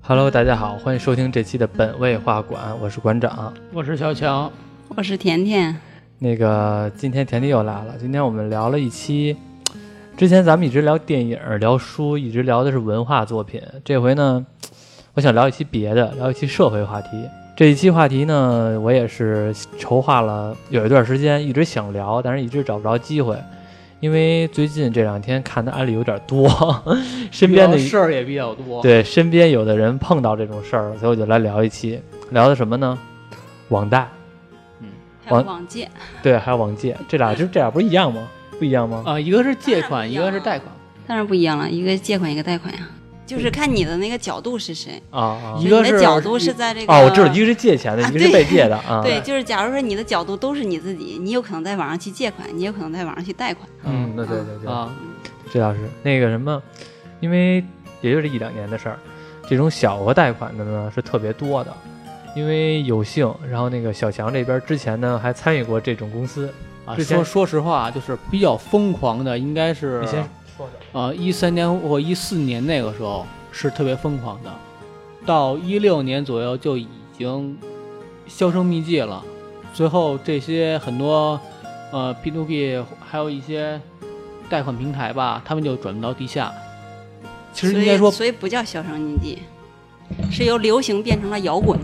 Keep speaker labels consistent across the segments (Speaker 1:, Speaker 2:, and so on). Speaker 1: Hello，大家好，欢迎收听这期的本位画馆，我是馆长。
Speaker 2: 我是小强，
Speaker 3: 我是甜甜，
Speaker 1: 那个，今天甜甜又来了，今天我们聊了一期，之前咱们一直聊电影、聊书，一直聊的是文化作品，这回呢，我想聊一期别的，聊一期社会话题。这一期话题呢，我也是筹划了有一段时间，一直想聊，但是一直找不着机会，因为最近这两天看的案例有点多， 身边的
Speaker 2: 遇到事儿也比较多。，
Speaker 1: 对，身边有的人碰到这种事儿，所以我就来聊一期，聊的什么呢？网贷，
Speaker 3: 还有
Speaker 1: 王
Speaker 3: 往届，
Speaker 1: 对，还有网借，这俩就这俩不是一样吗？不一样吗？
Speaker 2: 啊，一个是借款，一个是贷款，
Speaker 3: 当然不一样了，一个借款，一个贷款呀，就是看你的那个角度是谁，
Speaker 1: 啊啊
Speaker 2: 一个
Speaker 3: 你
Speaker 2: 是
Speaker 3: 的角度是在这个
Speaker 1: 哦，我知道，一个是借钱的，
Speaker 3: 啊
Speaker 1: 一个是被借的啊。
Speaker 3: 对，就是假如说你的角度都是你自己，你有可能在网上去借款，你有可能在网上去贷款，
Speaker 1: 嗯，那对对对，
Speaker 2: 啊，
Speaker 1: 这倒是那个什么，因为也就这一两年的事儿，这种小额贷款的呢是特别多的。因为有幸，然后那个小强这边之前呢还参与过这种公司，
Speaker 2: 啊
Speaker 1: 之前
Speaker 2: 说说实话，就是比较疯狂的，应该是啊
Speaker 1: 你先说说。
Speaker 2: 呃一三年或一四年那个时候是特别疯狂的，到一六年左右就已经销声匿迹了。随后这些很多呃 P to P 还有一些贷款平台吧，他们就转到地下。其实
Speaker 3: 所
Speaker 2: 应
Speaker 3: 以
Speaker 2: 该说
Speaker 3: 所以不叫销声匿迹，是由流行变成了摇滚，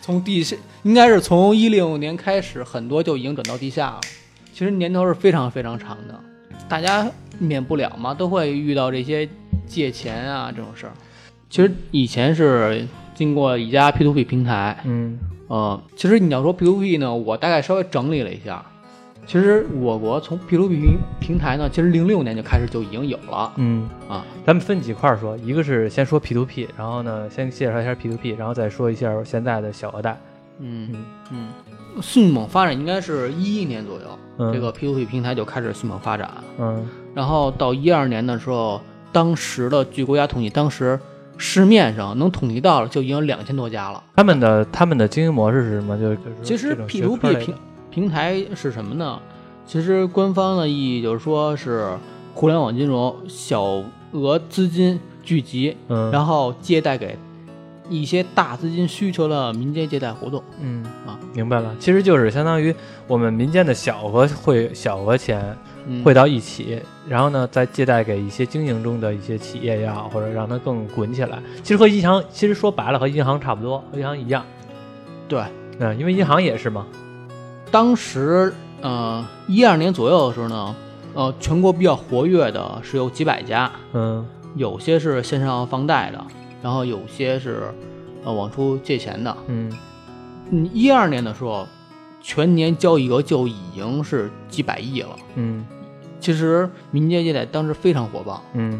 Speaker 2: 从地下应该是从一六年开始，很多就已经转到地下了。其实年头是非常非常长的，大家免不了嘛，都会遇到这些借钱啊这种事儿。其实以前是经过一家 P to P 平台，
Speaker 1: 嗯
Speaker 2: 呃，其实你要说 P to P 呢，我大概稍微整理了一下，其实我国从 P to P 平平台呢，其实零六年就开始就已经有了
Speaker 1: 嗯，
Speaker 2: 啊，
Speaker 1: 咱们分几块儿说，一个是先说 P to P，然后呢，先介绍一下 P to P，然后再说一下现在的小额贷。
Speaker 2: 嗯
Speaker 1: 嗯
Speaker 2: 嗯，迅猛发展应该是一一年左右，
Speaker 1: 嗯
Speaker 2: 这个 P to P 平台就开始迅猛发展。
Speaker 1: 嗯
Speaker 2: 然后到一二年的时候，当时的据国家统计，当时市面上能统计到了就已经有两千多家了。
Speaker 1: 他们的他们的经营模式是什么？就就是
Speaker 2: 其实
Speaker 1: 这种
Speaker 2: P
Speaker 1: 学科
Speaker 2: to P
Speaker 1: 类的
Speaker 2: 平平台是什么呢？其实官方的意义就是说是互联网金融小额资金聚集，
Speaker 1: 嗯，
Speaker 2: 然后借贷给一些大资金需求的民间借贷活动。
Speaker 1: 嗯
Speaker 2: 啊，
Speaker 1: 明白了，其实就是相当于我们民间的小额会小额钱
Speaker 2: 嗯
Speaker 1: 汇到一起，然后呢再借贷给一些经营中的一些企业也好，或者让它更滚起来。其实和银行其实说白了和银行差不多，和银行一样。
Speaker 2: 对，
Speaker 1: 嗯，因为银行也是嘛。
Speaker 2: 当时呃一二年左右的时候呢，呃全国比较活跃的是有几百家，
Speaker 1: 嗯
Speaker 2: 有些是线上放贷的，然后有些是呃往出借钱的。
Speaker 1: 嗯
Speaker 2: 嗯，一二年的时候，全年交易额就已经是几百亿了。
Speaker 1: 嗯
Speaker 2: 其实民间借贷当时非常火爆，
Speaker 1: 嗯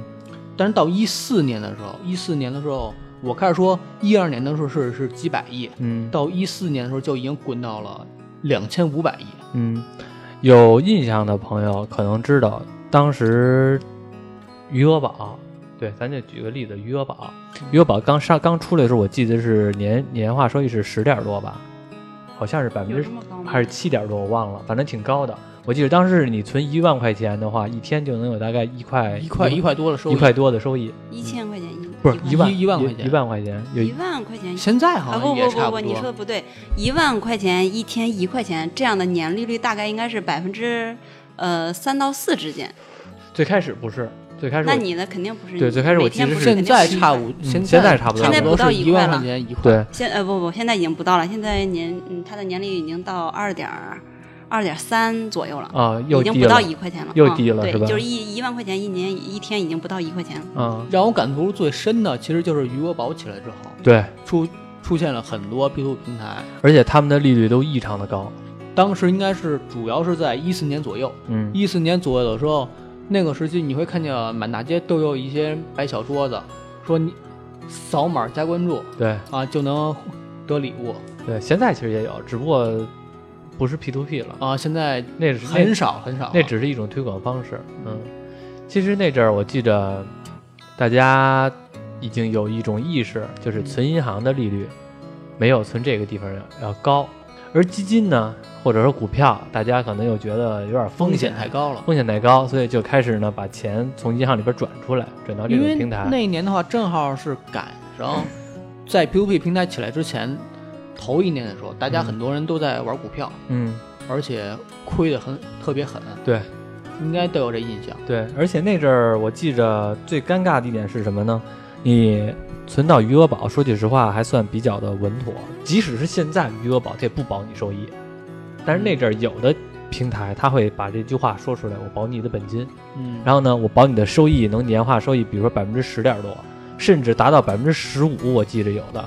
Speaker 2: 但是到一四年的时候，一四年的时候，我开始说一二年的时候是是几百亿，
Speaker 1: 嗯，
Speaker 2: 到一四年的时候就已经滚到了两千五百亿。
Speaker 1: 嗯，有印象的朋友可能知道，当时余额宝，对，咱就举个例子，余额宝，余额宝刚上刚出来的时候，我记得是年年化收益是十点多吧，好像是百分
Speaker 3: 有
Speaker 1: 之
Speaker 3: 这么高吗
Speaker 1: 还？是七点多，我忘了，反正挺高的。我记得当时你存一万块钱的话，一天就能有大概一块
Speaker 2: 一块一
Speaker 1: 哎一
Speaker 2: 块多的收益，
Speaker 1: 块多的收益，
Speaker 3: 一千块钱一
Speaker 1: 不是
Speaker 2: 一
Speaker 1: 万
Speaker 2: 一万块钱
Speaker 1: 一万块钱有
Speaker 3: 一万块钱一
Speaker 2: 现在好
Speaker 3: 啊不
Speaker 2: 像也
Speaker 3: 不
Speaker 2: 差不
Speaker 3: 不不，你说
Speaker 2: 多。
Speaker 3: 的不对，一万块钱一天一块钱这样的年利率大概应该是百分之呃三到四之间，
Speaker 1: 最开始不是最开始
Speaker 3: 那
Speaker 1: 我
Speaker 3: 你的肯定不是
Speaker 1: 对最开始我
Speaker 3: 每天
Speaker 1: 其实
Speaker 3: 不
Speaker 1: 是
Speaker 3: 肯
Speaker 2: 现
Speaker 3: 定
Speaker 2: 在
Speaker 3: 是一
Speaker 2: 差
Speaker 3: 块
Speaker 2: 五，
Speaker 1: 嗯现
Speaker 2: 现
Speaker 1: 在差不多
Speaker 2: 差
Speaker 3: 现在
Speaker 2: 多
Speaker 3: 不到
Speaker 2: 是
Speaker 3: 一
Speaker 2: 万块
Speaker 3: 块了
Speaker 2: 钱一块。
Speaker 1: 对
Speaker 3: 现呃不不，现在已经不到了，现在年嗯它的年龄已经到二点二点三左右了，
Speaker 1: 啊又
Speaker 3: 已经
Speaker 1: 低
Speaker 3: 不
Speaker 1: 了
Speaker 3: 到一块钱了，
Speaker 1: 又
Speaker 3: 嗯
Speaker 1: 低了
Speaker 3: 对
Speaker 1: 是吧
Speaker 3: 就是一一万块钱一年一天已经不到一块钱了，
Speaker 1: 啊，
Speaker 2: 让我感触最深的，其实就是余额宝起来之后，
Speaker 1: 对，
Speaker 2: 出出现了很多 P to P 平台。
Speaker 1: 而且他们的利率都异常的高，
Speaker 2: 当时应该是主要是在一四年左右，
Speaker 1: 嗯
Speaker 2: 一四年左右的时候，那个时期你会看见满大街都有一些人摆小桌子，说你扫码加关注
Speaker 1: 对
Speaker 2: 啊就能得礼物
Speaker 1: 对，现在其实也有，只不过不是 P to P 了，
Speaker 2: 啊，现在
Speaker 1: 那是
Speaker 2: 很
Speaker 1: 那
Speaker 2: 少很少了，
Speaker 1: 那只是一种推广方式。嗯，其实那阵儿我记着，大家已经有一种意识，就是存银行的利率没有存这个地方要要高，而基金呢，或者说股票，大家可能又觉得有点
Speaker 2: 风
Speaker 1: 险
Speaker 2: 险太高了。
Speaker 1: 风险太高，所以就开始呢把钱从银行里边转出来，转到这
Speaker 2: 因
Speaker 1: 个
Speaker 2: 为
Speaker 1: 平台。
Speaker 2: 那一年的话，正好是赶上在 P2P 平台起来之前头一年的时候，大家
Speaker 1: 嗯
Speaker 2: 很多人都在玩股票，
Speaker 1: 嗯，
Speaker 2: 而且亏得很特别狠，
Speaker 1: 对
Speaker 2: 应该都有这印象。
Speaker 1: 对，而且那阵儿我记着最尴尬的一点是什么呢？你存到余额宝，说句实话还算比较的稳妥，即使是现在余额宝它也不保你收益，但是那阵儿有的平台它会把这句话说出来，我保你的本金，
Speaker 2: 嗯，
Speaker 1: 然后呢，我保你的收益能年化收益，比如说百分之十点多，甚至达到百分之十五，我记着有的。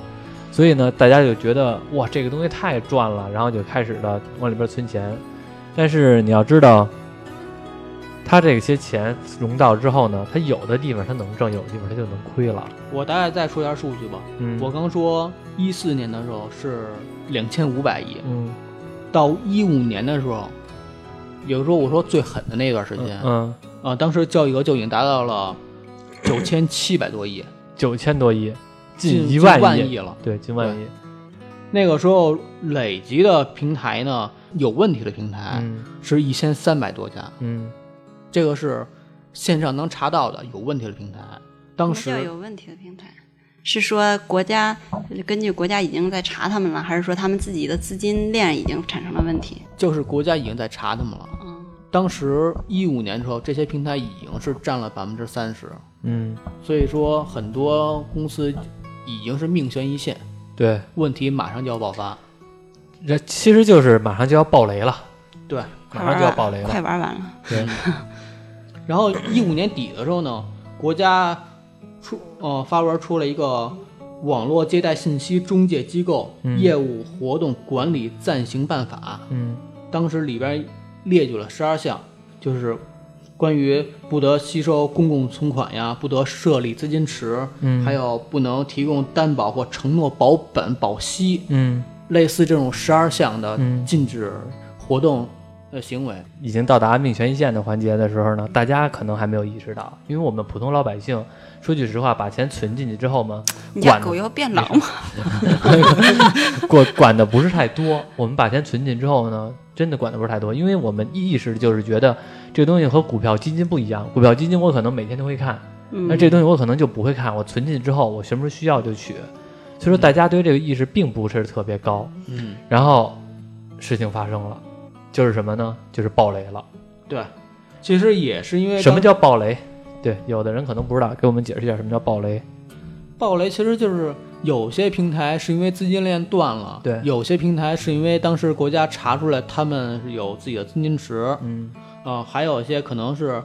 Speaker 1: 所以呢，大家就觉得哇，这个东西太赚了，然后就开始了往里边存钱。但是你要知道，他这些钱融到之后呢，他有的地方他能挣，有的地方他就能亏了。
Speaker 2: 我大概再说一下数据吧。
Speaker 1: 嗯，
Speaker 2: 我刚说一四年的时候是两千五百亿，
Speaker 1: 嗯
Speaker 2: 到一五年的时候，也就是说我说最狠的那段时间，啊、
Speaker 1: 嗯，
Speaker 2: 当时交易额就已经达到了九千七百多亿，
Speaker 1: 九千多亿，
Speaker 2: 近
Speaker 1: 一
Speaker 2: 万
Speaker 1: 万亿，
Speaker 2: 了。
Speaker 1: 对，近万亿。
Speaker 2: 那个时候累积的平台呢，有问题的平台
Speaker 1: 嗯
Speaker 2: 是一千三百多家，
Speaker 1: 嗯，
Speaker 2: 这个是线上能查到的有问题的平台。当
Speaker 3: 什么叫
Speaker 2: 时
Speaker 3: 有问题的平台，是说国家根据国家已经在查他们了，还是说他们自己的资金链已经产生了问题？
Speaker 2: 就是国家已经在查他们了。
Speaker 3: 嗯，
Speaker 2: 当时一五年的时候，这些平台已经是占了百分之三十，
Speaker 1: 嗯，
Speaker 2: 所以说很多公司已经是命悬一线，
Speaker 1: 对，
Speaker 2: 问题马上就要爆发。
Speaker 1: 这其实就是马上就要爆雷了，
Speaker 2: 对，
Speaker 1: 马上就要爆雷了。
Speaker 3: 快玩完了。
Speaker 1: 对，
Speaker 2: 然后一五年底的时候呢，国家出呃发文出了一个网络借贷信息中介机构
Speaker 1: 嗯
Speaker 2: 业务活动管理暂行办法，
Speaker 1: 嗯
Speaker 2: 当时里边列举了十二项，就是关于不得吸收公共存款呀，不得设立资金池，
Speaker 1: 嗯
Speaker 2: 还有不能提供担保或承诺保本保息，
Speaker 1: 嗯，
Speaker 2: 类似这种十二项的
Speaker 1: 嗯
Speaker 2: 禁止活动的行为。
Speaker 1: 已经到达命悬一线的环节的时候呢，大家可能还没有意识到，因为我们普通老百姓，说句实话，把钱存进去之后嘛，
Speaker 3: 你家
Speaker 1: 管
Speaker 3: 狗要变老吗？
Speaker 1: 管管的不是太多。我们把钱存进之后呢，真的管的不是太多，因为我们意识就是觉得这个东西和股票基金不一样，股票基金我可能每天都会看，
Speaker 3: 嗯，
Speaker 1: 那这东西我可能就不会看，我存进去之后，我什么时候需要就取。所以说，大家对这个意识并不是特别高。
Speaker 2: 嗯，
Speaker 1: 然后事情发生了，就是什么呢？就是暴雷了。
Speaker 2: 对，其实也是因为
Speaker 1: 什么
Speaker 2: 当
Speaker 1: 叫暴雷？对，有的人可能不知道，给我们解释一下什么叫暴雷。
Speaker 2: 暴雷，其实就是有些平台是因为资金链断了，
Speaker 1: 对
Speaker 2: 有些平台是因为当时国家查出来他们是有自己的资金池，
Speaker 1: 嗯
Speaker 2: 呃，还有一些可能是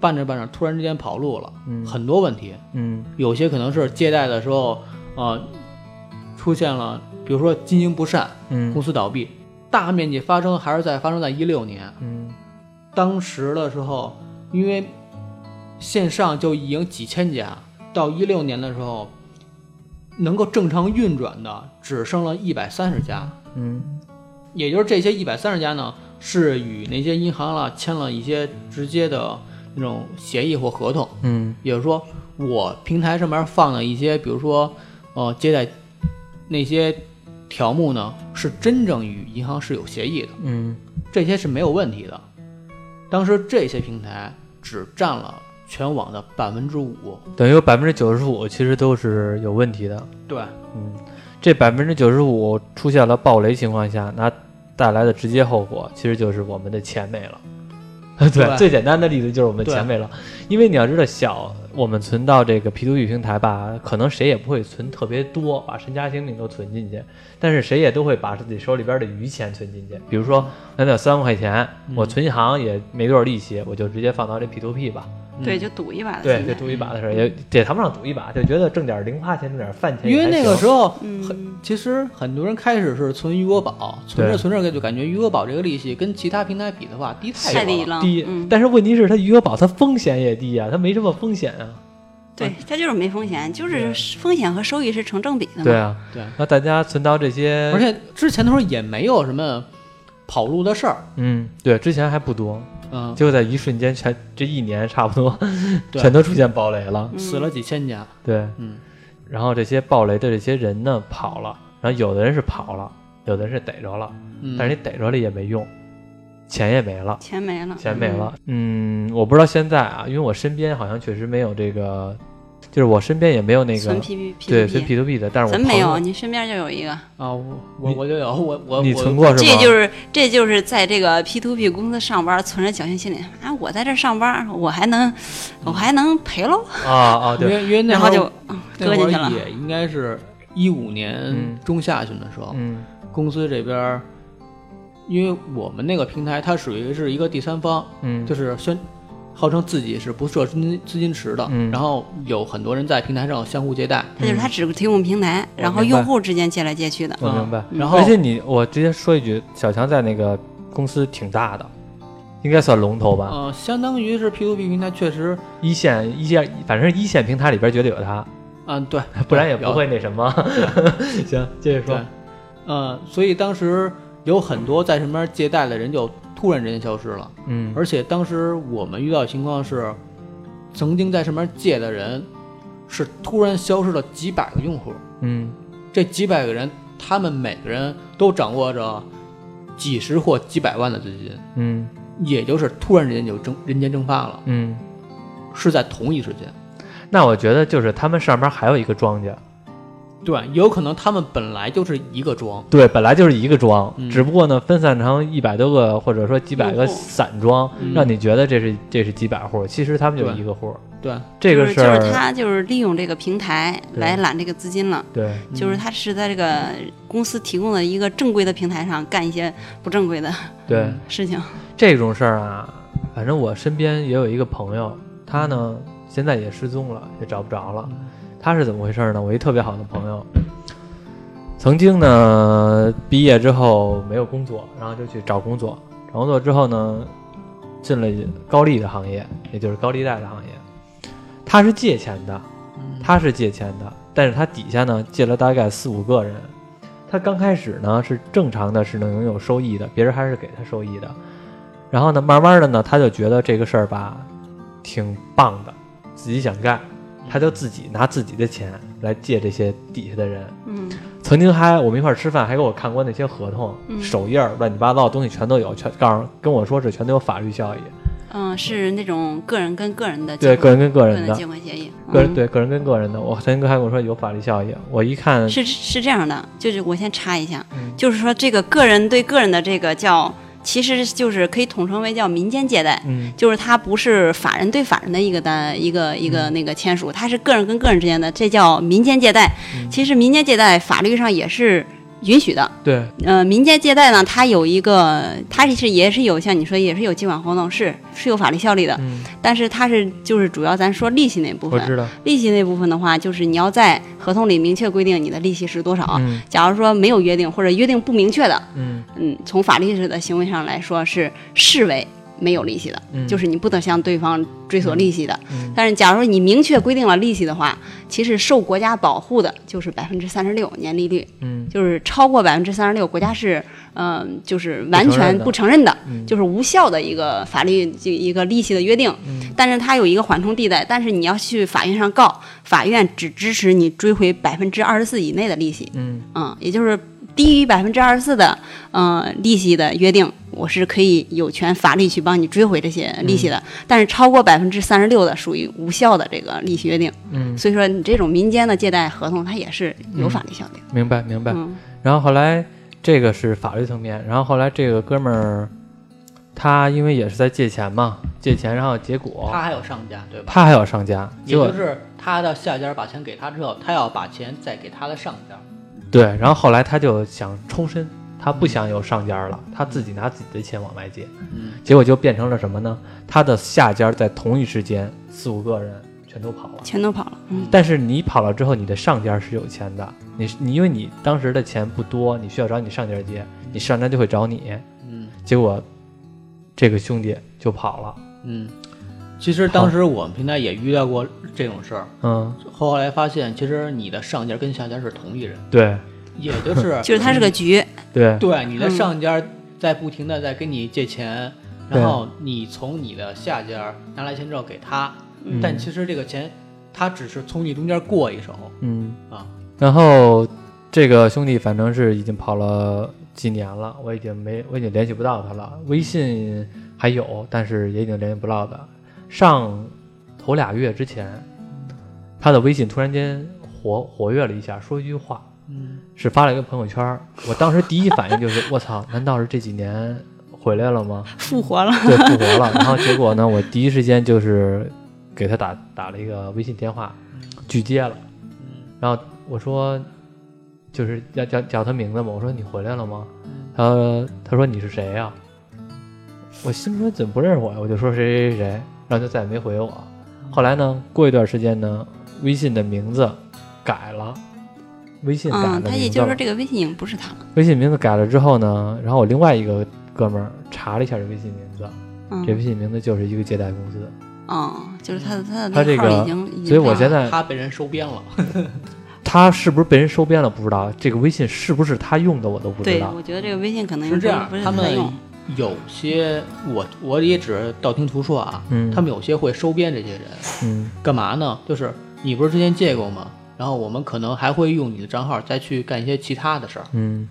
Speaker 2: 办着办着突然之间跑路了，
Speaker 1: 嗯
Speaker 2: 很多问题，
Speaker 1: 嗯
Speaker 2: 有些可能是借贷的时候，呃，出现了，比如说经营不善，公
Speaker 1: 嗯
Speaker 2: 司倒闭，大面积发生还是在发生在一六年，
Speaker 1: 嗯
Speaker 2: 当时的时候，因为线上就已经几千家，到一六年的时候，能够正常运转的只剩了一百三十家，
Speaker 1: 嗯
Speaker 2: 也就是这些一百三十家呢，是与那些银行啦签了一些直接的那种协议或合同，
Speaker 1: 嗯
Speaker 2: 也就是说，我平台上面放的一些，比如说呃接待那些条目呢，是真正与银行是有协议的。
Speaker 1: 嗯
Speaker 2: 这些是没有问题的。当时这些平台只占了全网的百分之五，
Speaker 1: 等于有百分之九十五其实都是有问题的。
Speaker 2: 对，
Speaker 1: 嗯，这百分之九十五出现了暴雷情况下，那带来的直接后果其实就是我们的钱没了。 对，
Speaker 2: 对
Speaker 1: 最简单的例子就是我们
Speaker 2: 对
Speaker 1: 钱没了，因为你要知道小，我们存到这个 P to P 平台吧，可能谁也不会存特别多，把身家性命都存进去，但是谁也都会把自己手里边的余钱存进去。比如说，咱有三万块钱，
Speaker 2: 嗯
Speaker 1: 我存银行也没多少利息，我就直接放到这 P to P 吧。
Speaker 3: 对，就赌一把
Speaker 2: 啊
Speaker 3: 的
Speaker 1: 对，
Speaker 3: 心
Speaker 1: 就
Speaker 3: 态。
Speaker 1: 赌一把的事儿，也也谈不上赌一把，就觉得挣点零花钱，挣点饭钱也
Speaker 2: 因
Speaker 1: 还行。
Speaker 2: 为那个时候，
Speaker 3: 嗯，
Speaker 2: 其实很多人开始是存余额宝，存着
Speaker 1: 对
Speaker 2: 存着就感觉余额宝这个利息跟其他平台比的话低
Speaker 3: 太
Speaker 2: 太
Speaker 3: 低
Speaker 2: 多
Speaker 3: 了，
Speaker 1: 低，
Speaker 3: 嗯，
Speaker 1: 但是问题是它余额宝它风险也低啊，它没什么风险啊。
Speaker 3: 对，它就是没风险，就是风险和收益是成正比的嘛。
Speaker 1: 嗯对啊，
Speaker 2: 对，
Speaker 1: 那大家存到这些，
Speaker 2: 而且之前的时候也没有什么跑路的事儿，
Speaker 1: 嗯，对，之前还不多，
Speaker 2: 嗯，
Speaker 1: 就在一瞬间全这一年差不多
Speaker 2: 对
Speaker 1: 全都出现暴雷了，
Speaker 3: 嗯
Speaker 2: 死了几千家，
Speaker 1: 对，
Speaker 2: 嗯，
Speaker 1: 然后这些暴雷的这些人呢跑了，然后有的人是跑了，有的是逮着了，
Speaker 2: 嗯，
Speaker 1: 但是你逮着了也没用，钱也没了。
Speaker 3: 钱没了，
Speaker 1: 钱没了。嗯，我不知道现在啊，因为我身边好像确实没有这个，就是我身边也没有那
Speaker 3: 嗯，
Speaker 1: 个
Speaker 3: 存 P P P
Speaker 1: 对存 P to P 的，但是我
Speaker 3: 咱没
Speaker 1: 朋
Speaker 3: 有，
Speaker 1: 友，
Speaker 3: 你身边就有一个，
Speaker 2: 啊，我我
Speaker 1: 你
Speaker 2: 我就有我我
Speaker 1: 你
Speaker 2: 我
Speaker 1: 存过是吗？
Speaker 3: 这就是这就是在这个 P to P 公司上班，存着侥幸心理啊，我在这上班，我还能我还能赔喽，
Speaker 1: 啊啊，
Speaker 2: 因
Speaker 1: 对，
Speaker 2: 为因为那
Speaker 3: 然
Speaker 2: 会
Speaker 3: 后
Speaker 2: 儿
Speaker 3: 就嗯
Speaker 2: 那
Speaker 3: 搁进
Speaker 2: 会
Speaker 3: 去
Speaker 2: 儿
Speaker 3: 了。
Speaker 2: 也应该是一五年
Speaker 1: 嗯
Speaker 2: 中下旬的时候，
Speaker 1: 嗯
Speaker 2: 公司这边儿，因为我们那个平台它属于是一个第三方，
Speaker 1: 嗯，
Speaker 2: 就是宣号称自己是不设资金资金池的，
Speaker 1: 嗯
Speaker 2: 然后有很多人在平台上相互借贷，
Speaker 3: 它就是它只提供平台，
Speaker 1: 我
Speaker 3: 然后
Speaker 1: 明白
Speaker 3: 用户之间借来借去的。
Speaker 1: 我明白。
Speaker 2: 啊
Speaker 1: 嗯
Speaker 2: 然后
Speaker 1: 而且你，我直接说一句，小强在那个公司挺大的，应该算龙头吧，
Speaker 2: 呃，相当于是 P to P 平台确实，
Speaker 1: 一线一线，反正一线平台里边绝对有他，
Speaker 2: 嗯、对，
Speaker 1: 不然也
Speaker 2: 有
Speaker 1: 不会那什么。 行，接着说
Speaker 2: 对。，呃，所以当时有很多在身边借贷的人就突然之间消失了，
Speaker 1: 嗯
Speaker 2: 而且当时我们遇到的情况是，曾经在上面借的人，是突然消失了几百个用户。
Speaker 1: 嗯
Speaker 2: 这几百个人，他们每个人都掌握着几十或几百万的资金，
Speaker 1: 嗯
Speaker 2: 也就是突然之间就蒸人间蒸发了，
Speaker 1: 嗯，
Speaker 2: 是在同一时间。
Speaker 1: 那我觉得就是他们上边还有一个庄家，
Speaker 2: 对，有可能他们本来就是一个庄，
Speaker 1: 对，本来就是一个庄，
Speaker 2: 嗯
Speaker 1: 只不过呢分散成一百多个或者说几百个
Speaker 3: 用户
Speaker 1: 散庄，
Speaker 2: 嗯
Speaker 1: 让你觉得这是这是几百户，其实他们就是
Speaker 2: 对
Speaker 1: 一个户。
Speaker 2: 对，
Speaker 1: 这个
Speaker 3: 就是
Speaker 1: 事
Speaker 3: 就
Speaker 1: 儿，
Speaker 3: 是他就是利用这个平台
Speaker 1: 对
Speaker 3: 来揽这个资金了，
Speaker 1: 对，
Speaker 2: 嗯
Speaker 3: 就是他是在这个公司提供的一个正规的平台上干一些不正规的
Speaker 1: 对、
Speaker 2: 嗯
Speaker 3: 事情。
Speaker 1: 这种事儿啊，反正我身边也有一个朋友，他呢现在也失踪了，也找不着了。
Speaker 2: 嗯
Speaker 1: 他是怎么回事呢？我一特别好的朋友，曾经呢毕业之后没有工作，然后就去找工作，找工作之后呢，进了高利的行业，也就是高利贷的行业。他是借钱的，
Speaker 2: 嗯
Speaker 1: 他是借钱的，但是他底下呢借了大概四五个人。他刚开始呢是正常的，是能有收益的，别人还是给他收益的。然后呢，慢慢的呢，他就觉得这个事儿吧，挺棒的，自己想干，
Speaker 3: 嗯
Speaker 1: 他
Speaker 2: 嗯
Speaker 1: 就自己拿自己的钱来借这些底下的人。
Speaker 3: 嗯，
Speaker 1: 曾经还我们一块儿吃饭，还给我看过那些合同、
Speaker 3: 嗯
Speaker 1: 手印儿，乱七八糟的东西全都有，全告诉跟我说是全都有法律效益，
Speaker 3: 嗯，是那种个人跟个人的
Speaker 1: 对
Speaker 3: 借
Speaker 1: 个人
Speaker 3: 款
Speaker 1: 跟个
Speaker 3: 个
Speaker 1: 人
Speaker 3: 人
Speaker 1: 的
Speaker 3: 借，款协议，
Speaker 1: 个人
Speaker 3: 嗯
Speaker 1: 对个人跟个人的。我曾经还跟我说有法律效益，我一看
Speaker 3: 是是这样的，就是我先插一下，
Speaker 1: 嗯
Speaker 3: 就是说这个个人对个人的这个叫，其实就是可以统称为叫民间借贷。
Speaker 1: 嗯
Speaker 3: 就是它不是法人对法人的一个单一个一
Speaker 1: 嗯
Speaker 3: 个那个签署，它是个人跟个人之间的，这叫民间借贷。
Speaker 1: 嗯
Speaker 3: 其实民间借贷法律上也是允许的。
Speaker 1: 对，
Speaker 3: 呃，民间借贷呢，它有一个，它是也是有像你说也是有借款活动，是是有法律效力的，
Speaker 1: 嗯，
Speaker 3: 但是它是就是主要咱说利息那部
Speaker 1: 我
Speaker 3: 分，
Speaker 1: 知道，
Speaker 3: 利息那部分的话，就是你要在合同里明确规定你的利息是多少。
Speaker 1: 嗯
Speaker 3: 假如说没有约定或者约定不明确的，
Speaker 1: 嗯
Speaker 3: 嗯，从法律的行为上来说是视为没有利息的。
Speaker 1: 嗯，
Speaker 3: 就是你不得向对方追索利息的。
Speaker 1: 嗯
Speaker 3: 但是，假如你明确规定了利息的话，其实受国家保护的就是百分之三十六年利率，
Speaker 1: 嗯
Speaker 3: 就是超过百分之三十六，国家是嗯、呃就是完全
Speaker 1: 不
Speaker 3: 不承认的，
Speaker 1: 嗯
Speaker 3: 就是无效的一个法律就一个利息的约定。
Speaker 1: 嗯
Speaker 3: 但是它有一个缓冲地带，但是你要去法院上告，法院只支持你追回百分之二十四以内的利息。
Speaker 1: 嗯
Speaker 3: 嗯，也就是低于百分之二十四的呃利息的约定，我是可以有权法律去帮你追回这些利息的。
Speaker 1: 嗯
Speaker 3: 但是超过百分之三十六的属于无效的这个利息约定。
Speaker 1: 嗯，
Speaker 3: 所以说，你这种民间的借贷合同，它也是有法律效力的。
Speaker 1: 明白明白。
Speaker 3: 嗯
Speaker 1: 然后后来这个是法律层面，然后后来这个哥们儿，他因为也是在借钱嘛，借钱，然后结果
Speaker 2: 他还有上家，对吧？
Speaker 1: 他还要上家，
Speaker 2: 啊也
Speaker 1: 结
Speaker 2: 就
Speaker 1: 果
Speaker 2: 是他的下家把钱给他之后，他要把钱再给他的上家。
Speaker 1: 对，然后后来他就想抽身，他不想有上家了，他自己拿自己的钱往外借，
Speaker 2: 嗯，
Speaker 1: 结果就变成了什么呢？他的下家在同一时间四五个人全都跑了。
Speaker 3: 全都跑了，嗯，
Speaker 1: 但是你跑了之后，你的上家是有钱的，你是你因为你当时的钱不多，你需要找你上家借，你上家就会找你，
Speaker 2: 嗯
Speaker 1: 结果这个兄弟就跑了，
Speaker 2: 嗯，其实当时我们平台也遇到过这种事儿，
Speaker 1: 嗯，
Speaker 2: 后来发现其实你的上家跟下家是同一人，
Speaker 1: 对
Speaker 2: 也就是
Speaker 3: 就是它是个局，
Speaker 1: 对
Speaker 2: 对你的上家在不停的在跟你借钱，
Speaker 3: 嗯
Speaker 2: 然后你从你的下家拿来钱之后给他，
Speaker 1: 嗯
Speaker 2: 但其实这个钱他只是从你中间过一手
Speaker 1: 嗯，
Speaker 2: 啊，
Speaker 1: 然后这个兄弟反正是已经跑了几年了，我已经没我已经联系不到他了。微信还有，但是也已经联系不到的。上头俩月之前，他的微信突然间活活跃了一下，说一句话，
Speaker 2: 嗯，
Speaker 1: 是发了一个朋友圈儿。我当时第一反应就是，我操，难道是这几年回来了吗？
Speaker 3: 复活了，
Speaker 1: 对，复活了。然后结果呢，我第一时间就是给他打打了一个微信电话，拒接了。
Speaker 2: 嗯
Speaker 1: 然后我说，就是要叫叫他名字嘛。我说你回来了吗？他
Speaker 3: 嗯
Speaker 1: 说他说你是谁呀、我心说怎么不认识我呀？我就说谁谁谁谁，然后就再也没回我。后来呢，过一段时间呢，微信的名字改了，微信改了
Speaker 3: 嗯，
Speaker 1: 名字了、
Speaker 3: 他也就是说这个微信已经不是他了，
Speaker 1: 微信名字改了之后呢，然后我另外一个哥们儿查了一下这微信名字，这微
Speaker 3: 嗯，
Speaker 1: 信名字就是一个借贷公司，
Speaker 3: 哦，就是他的他的
Speaker 1: 他这
Speaker 3: 那号
Speaker 1: 个
Speaker 3: 已经，已经
Speaker 1: 所以我
Speaker 3: 变
Speaker 1: 觉
Speaker 3: 了
Speaker 1: 得
Speaker 2: 他被人收编了，
Speaker 1: 他是不是被人收编了不知道，这个微信是不是他用的我都不知
Speaker 3: 对，
Speaker 1: 道。
Speaker 3: 我觉得这个微信可能
Speaker 2: 是这样
Speaker 3: 哎不，是
Speaker 2: 他
Speaker 3: 很好
Speaker 2: 们
Speaker 3: 用，
Speaker 2: 有些我我也只是道听途说啊，
Speaker 1: 嗯
Speaker 2: 他们有些会收编这些人，
Speaker 1: 嗯
Speaker 2: 干嘛呢？就是你不是之前借过吗？然后我们可能还会用你的账号再去干一些其他的事儿，
Speaker 1: 嗯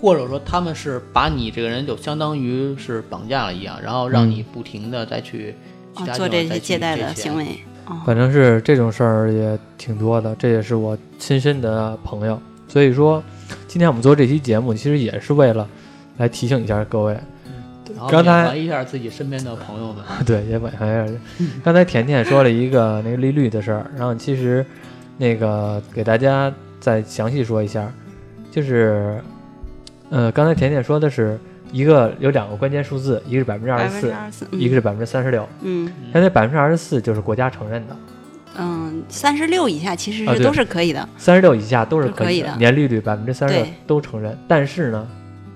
Speaker 2: 或者说他们是把你这个人就相当于是绑架了一样，然后让你不停的再去其他
Speaker 3: 啊
Speaker 2: 地方
Speaker 3: 做
Speaker 2: 再
Speaker 3: 些
Speaker 2: 去
Speaker 3: 借贷的
Speaker 2: 借钱
Speaker 3: 行。为，哦
Speaker 1: 反正是这种事儿也挺多的，这也是我亲身的朋友。所以说，今天我们做这期节目，其实也是为了来提醒一下各位，
Speaker 2: 然后
Speaker 1: 刚才
Speaker 2: 缅怀一下自己身边的朋友们，
Speaker 1: 对，也晚上有点。刚才甜甜说了一个那个利率的事儿，然后其实那个给大家再详细说一下，就是呃，刚才甜甜说的是一个有两个关键数字，一个是百分之二
Speaker 3: 百
Speaker 1: 十
Speaker 3: 分
Speaker 1: 四
Speaker 3: 之，二十四，
Speaker 1: 一个是百分之三十六。
Speaker 3: 嗯
Speaker 1: 现在百分之二十四就是国家承认的，
Speaker 3: 嗯三十六以下其实
Speaker 1: 啊
Speaker 3: 是
Speaker 1: 对
Speaker 3: 都是可以的，
Speaker 1: 三十六以下都是
Speaker 3: 是可
Speaker 1: 可以
Speaker 3: 以
Speaker 1: 的，
Speaker 3: 的
Speaker 1: 年利率百分之三十六
Speaker 3: 对
Speaker 1: 都承认，但是呢，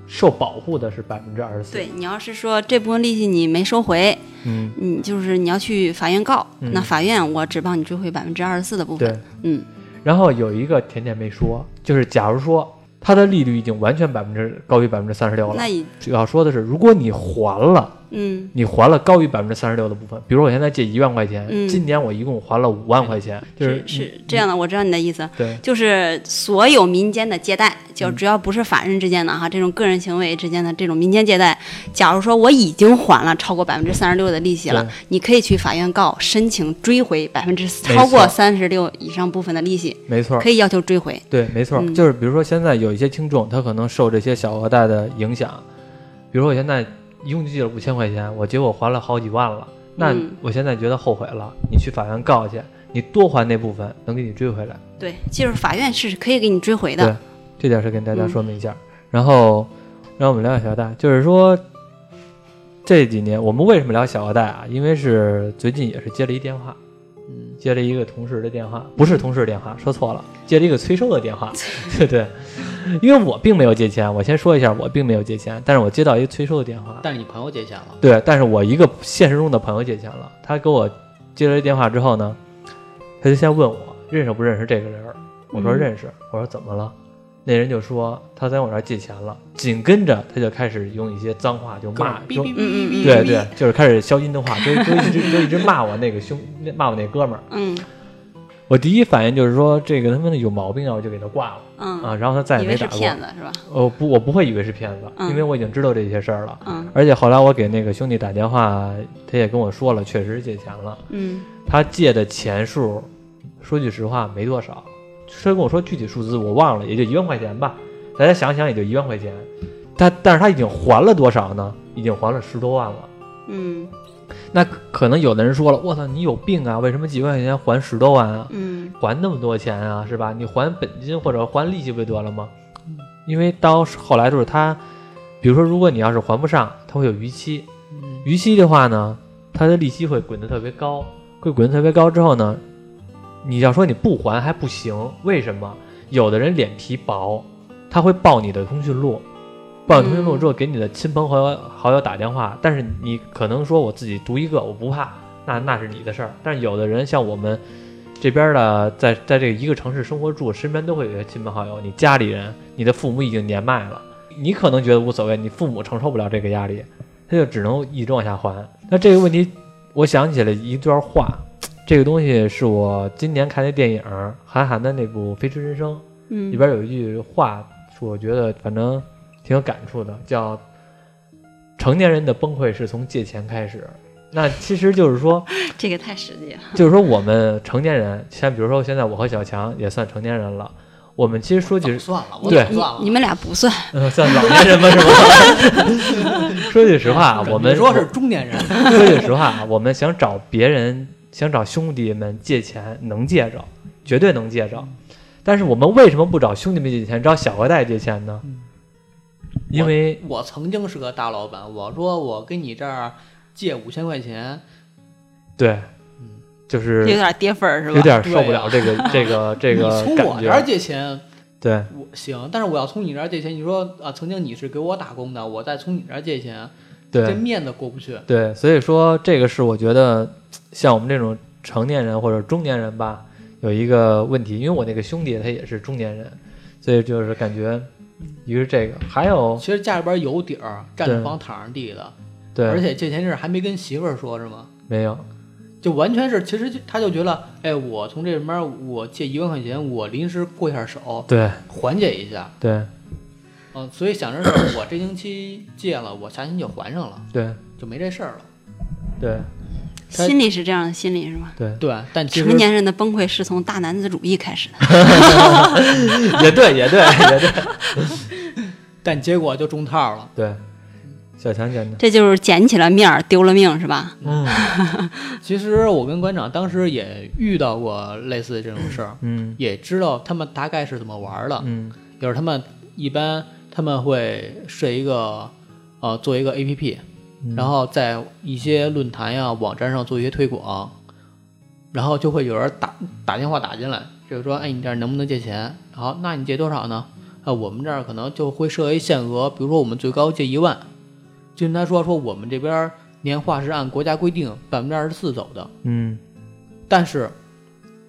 Speaker 1: 受保护的是百分之二十四。
Speaker 3: 对你要是说这部分利息你没收回，
Speaker 1: 嗯，
Speaker 3: 你就是你要去法院告，
Speaker 1: 嗯
Speaker 3: 那法院我只帮你追回百分之二十四的部
Speaker 1: 对
Speaker 3: 分，。嗯
Speaker 1: 然后有一个甜甜没说，就是假如说它的利率已经完全百分之高于百分之三十六了
Speaker 3: 那，也
Speaker 1: 主要说的是，如果你还了，
Speaker 3: 嗯
Speaker 1: 你还了高于百分之三十六的部分，比如我现在借一万块钱，
Speaker 3: 嗯
Speaker 1: 今年我一共还了五万块钱，就是
Speaker 3: 是是这样的，我知道你的意思。
Speaker 1: 对
Speaker 3: 就是所有民间的借贷，就
Speaker 1: 嗯
Speaker 3: 只要不是法人之间的哈，这种个人行为之间的这种民间借贷，假如说我已经还了超过百分之三十六的利息了
Speaker 1: 对，
Speaker 3: 你可以去法院告，申请追回百分之
Speaker 1: 没错
Speaker 3: 超过三十六以上部分的利息，
Speaker 1: 没错儿，
Speaker 3: 可以要求追回。
Speaker 1: 对，没错儿，
Speaker 3: 嗯
Speaker 1: 就是比如说现在有一些听众，他可能受这些小额贷的影响，比如说我现在一共就借了五千块钱，我结果还了好几万了，那
Speaker 3: 嗯
Speaker 1: 我现在觉得后悔了，你去法院告去，你多还那部分能给你追回来。
Speaker 3: 对，就是法院是可以给你追回
Speaker 1: 对
Speaker 3: 的。
Speaker 1: 这点是跟大家说明一下。然后，让我们聊聊小额贷，就是说这几年我们为什么聊小额贷啊？因为是最近也是接了一电话，
Speaker 2: 嗯，
Speaker 1: 接了一个同事的电话，不是同事电话，说错了，接了一个催收的电话。对对，因为我并没有借钱，我先说一下，我并没有借钱，但是我接到一个催收的电话。
Speaker 2: 但是你朋友借钱了，
Speaker 1: 对，但是我一个现实中的朋友借钱了，他给我接了这电话之后呢，他就先问我认识不认识这个人儿，我说
Speaker 3: 嗯
Speaker 1: 认识，我说怎么了？那人就说他在我这儿借钱了，紧跟着他就开始用一些脏话就骂，
Speaker 2: 哔
Speaker 1: 就
Speaker 2: 哔哔哔
Speaker 3: 嗯
Speaker 2: 哔，
Speaker 3: 嗯
Speaker 1: 对对，就是开始消音的话，就就一直就一直骂我那个兄，骂我那哥们儿。
Speaker 3: 嗯
Speaker 1: 我第一反应就是说这个他妈的有毛病啊，我就给他挂了
Speaker 3: 嗯，
Speaker 1: 啊，然后他再也
Speaker 3: 以
Speaker 1: 没
Speaker 3: 为
Speaker 1: 打
Speaker 3: 是
Speaker 1: 过。
Speaker 3: 骗子是吧？
Speaker 1: 我不我不会以为是骗子，
Speaker 3: 嗯
Speaker 1: 因为我已经知道这些事儿了。
Speaker 3: 嗯
Speaker 1: 而且后来我给那个兄弟打电话，他也跟我说了，确实是借钱了。
Speaker 3: 嗯
Speaker 1: 他借的钱数，说句实话没多少，他跟我说具体数字我忘了，也就一万块钱吧。大家想想，也就一万块钱。他但是他已经还了多少呢？已经还了十多万了。
Speaker 3: 嗯
Speaker 1: 那可可能有的人说了，我操，你有病啊？为什么几万块钱还十多万啊？
Speaker 3: 嗯
Speaker 1: 还那么多钱啊，是吧？你还本金或者还利息不就得了吗？因为到后来就是他，比如说，如果你要是还不上，他会有逾期，
Speaker 2: 嗯
Speaker 1: 逾期的话呢，它的利息会滚得特别高，会滚得特别高之后呢，你要说你不还还不行，为什么？有的人脸皮薄，他会报你的通讯录，报你通讯录之后给你的亲朋好友好友打电话，但是你可能说我自己独一个，我不怕，那那是你的事儿。但是有的人像我们这边的，在在这个一个城市生活住，身边都会有一些亲朋好友，你家里人，你的父母已经年迈了，你可能觉得无所谓，你父母承受不了这个压力，他就只能一直往下还。那这个问题，我想起了一段话，这个东西是我今年看那电影儿韩寒的那部《飞驰人生》，
Speaker 3: 嗯
Speaker 1: 里边有一句话，是我觉得反正挺有感触的，叫“成年人的崩溃是从借钱开始”。那其实就是说，
Speaker 3: 这个太实际了。
Speaker 1: 就是说我们成年人，像比如说现在我和小强也算成年人了，我们其实说
Speaker 2: 早
Speaker 1: 起
Speaker 2: 算了，我
Speaker 1: 对
Speaker 2: 早算了。
Speaker 3: 你们俩不算，
Speaker 1: 呃算老年人吧，是吧？ 说句实 话，啊我们
Speaker 2: 你说是中年人，
Speaker 1: 说句实话啊，我们想找别人，想找兄弟们借钱，能借着，绝对能借着。但是我们为什么不找兄弟们借钱，找小额贷借钱呢
Speaker 2: 嗯？
Speaker 1: 因为
Speaker 2: 我曾经是个大老板，我说我跟你这儿借五千块钱，
Speaker 1: 对
Speaker 2: 嗯，
Speaker 1: 就是
Speaker 3: 有点跌分儿是吧？
Speaker 1: 有点受不了这个这 个这个
Speaker 2: 啊你从
Speaker 1: 感
Speaker 2: 我这儿
Speaker 1: 觉。
Speaker 2: 借钱，
Speaker 1: 对，
Speaker 2: 我行，但是我要从你这儿借钱，你说啊，曾经你是给我打工的，我再从你这儿借钱，这
Speaker 1: 对，
Speaker 2: 面子过不去。
Speaker 1: 对，所以说这个是我觉得像我们这种成年人或者中年人吧，有一个问题，因为我那个兄弟他也是中年人，所以就是感觉，一个是这个，还有
Speaker 2: 其实家里边有底儿，站着
Speaker 1: 对
Speaker 2: 房躺着地的，而
Speaker 1: 对
Speaker 2: 且借钱这事儿还没跟媳妇儿说是吗？
Speaker 1: 没有
Speaker 2: 就完全是，其实就他就觉得，哎，我从这里面我借一万块钱，我临时过一下手，
Speaker 1: 对
Speaker 2: 缓解一下，
Speaker 1: 对
Speaker 2: 嗯、所以想着是我这星期借了，我下星期就还上了，
Speaker 1: 对
Speaker 2: 就没这事儿了。
Speaker 1: 对
Speaker 2: 他
Speaker 3: 心里是这样的心理是吧？
Speaker 1: 对，
Speaker 2: 对，但其
Speaker 3: 成
Speaker 2: 实
Speaker 3: 年人的崩溃是从大男子主义开始的。
Speaker 1: 也对也对也对
Speaker 2: 但结果就中套了。
Speaker 1: 对，小强讲的，
Speaker 3: 这就是捡起了面儿丢了命是吧？
Speaker 1: 嗯
Speaker 2: 其实我跟馆长当时也遇到过类似这种事儿，
Speaker 1: 嗯
Speaker 2: 也知道他们大概是怎么玩儿的。
Speaker 1: 嗯
Speaker 2: 就是他们一般他们会设一个呃做一个 APP，
Speaker 1: 嗯
Speaker 2: 然后在一些论坛呀、网站上做一些推广，然后就会有人打打电话打进来，就是说，哎，你这儿能不能借钱？好，那你借多少呢？啊，我们这儿可能就会设一限额，比如说我们最高借一万，就跟他说说我们这边儿年化是按国家规定百分之二十四走的，
Speaker 1: 嗯
Speaker 2: 但是，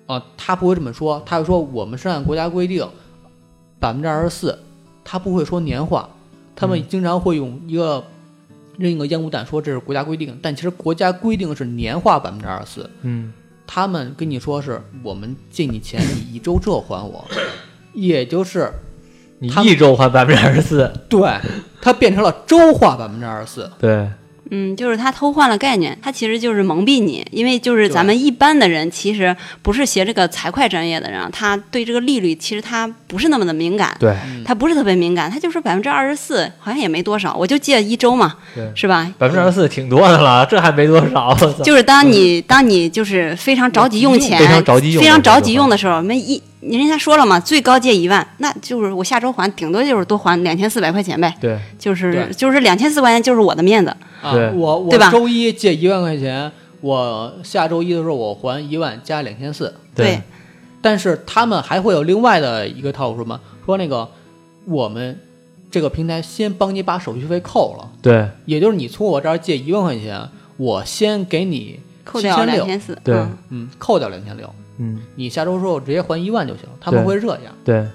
Speaker 2: 啊、他不会这么说，他会说我们是按国家规定百分之二十四，他不会说年化，他们经常会用一个扔一个烟雾弹说这是国家规定，但其实国家规定是年化百分之二十四，
Speaker 1: 嗯
Speaker 2: 他们跟你说是我们借你钱，你一周之后还我，也就是
Speaker 1: 你
Speaker 2: 他
Speaker 1: 一周还百分之二十四，
Speaker 2: 对，它变成了周化百分之二十四，
Speaker 1: 对
Speaker 3: 嗯，就是他偷换了概念，他其实就是蒙蔽你，因为就是
Speaker 2: 对
Speaker 3: 咱们一般的人，其实不是学这个财会专业的人啊，他对这个利率其实他不是那么的敏感，
Speaker 1: 对
Speaker 2: 嗯
Speaker 3: 他不是特别敏感，他就是百分之二十四，好像也没多少，我就借一周嘛，
Speaker 1: 对，
Speaker 3: 是吧？
Speaker 1: 百分之二十四挺多的了，这还没多少，我操，
Speaker 3: 就是当你当你就是非常着急用钱，
Speaker 1: 嗯非常着急用的
Speaker 3: 非
Speaker 1: 时候
Speaker 3: 常着急用的时候，那一人家说了嘛，最高借一万，那就是我下周还，顶多就是多还两千四百块钱呗，
Speaker 1: 对
Speaker 3: 就是
Speaker 2: 对
Speaker 3: 就是两千四百块钱就是我的面子，
Speaker 2: 啊
Speaker 1: 对，
Speaker 2: 我我
Speaker 3: 对吧
Speaker 2: 周一借一万块钱，我下周一的时候我还一万加两千四。
Speaker 3: 对，
Speaker 2: 但是他们还会有另外的一个套路，什么说那个我们这个平台先帮你把手续费扣了，
Speaker 1: 对
Speaker 2: 也就是你从我这儿借一万块钱，我先给你
Speaker 3: 扣掉两
Speaker 2: 7600，
Speaker 3: 千四，
Speaker 1: 对
Speaker 3: 嗯
Speaker 2: 嗯，扣掉两千六，
Speaker 1: 嗯
Speaker 2: 你下周之后直接还一万就行。他们
Speaker 1: 对
Speaker 2: 会这样，
Speaker 1: 对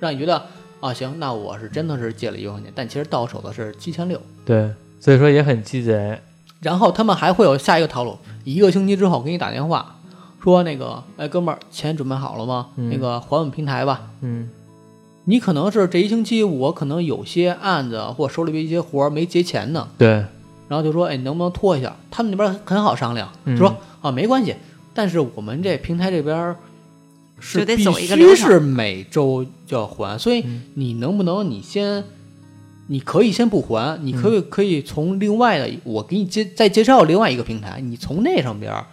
Speaker 2: 让你觉得啊，行，那我是真的是借了一万块钱，但其实到手的是七千六。
Speaker 1: 对，所以说也很鸡贼，
Speaker 2: 然后他们还会有下一个套路，一个星期之后给你打电话，说那个，哎，哥们儿，钱准备好了吗？
Speaker 1: 嗯
Speaker 2: 那个还我们平台吧，
Speaker 1: 嗯
Speaker 2: 你可能是这一星期我可能有些案子或手里边一些活儿没结钱呢，
Speaker 1: 对
Speaker 2: 然后就说，哎，你能不能拖一下？他们那边很好商量，
Speaker 1: 嗯
Speaker 2: 就说啊，没关系，但是我们这平台这边儿是
Speaker 3: 就得
Speaker 2: 必
Speaker 3: 走一
Speaker 2: 须
Speaker 3: 个流程
Speaker 2: 是每周就要还，所以
Speaker 1: 嗯
Speaker 2: 你能不能你先，你可以先不还，你可以可以从另外的我给你介再介绍另外一个平台，你从那上边儿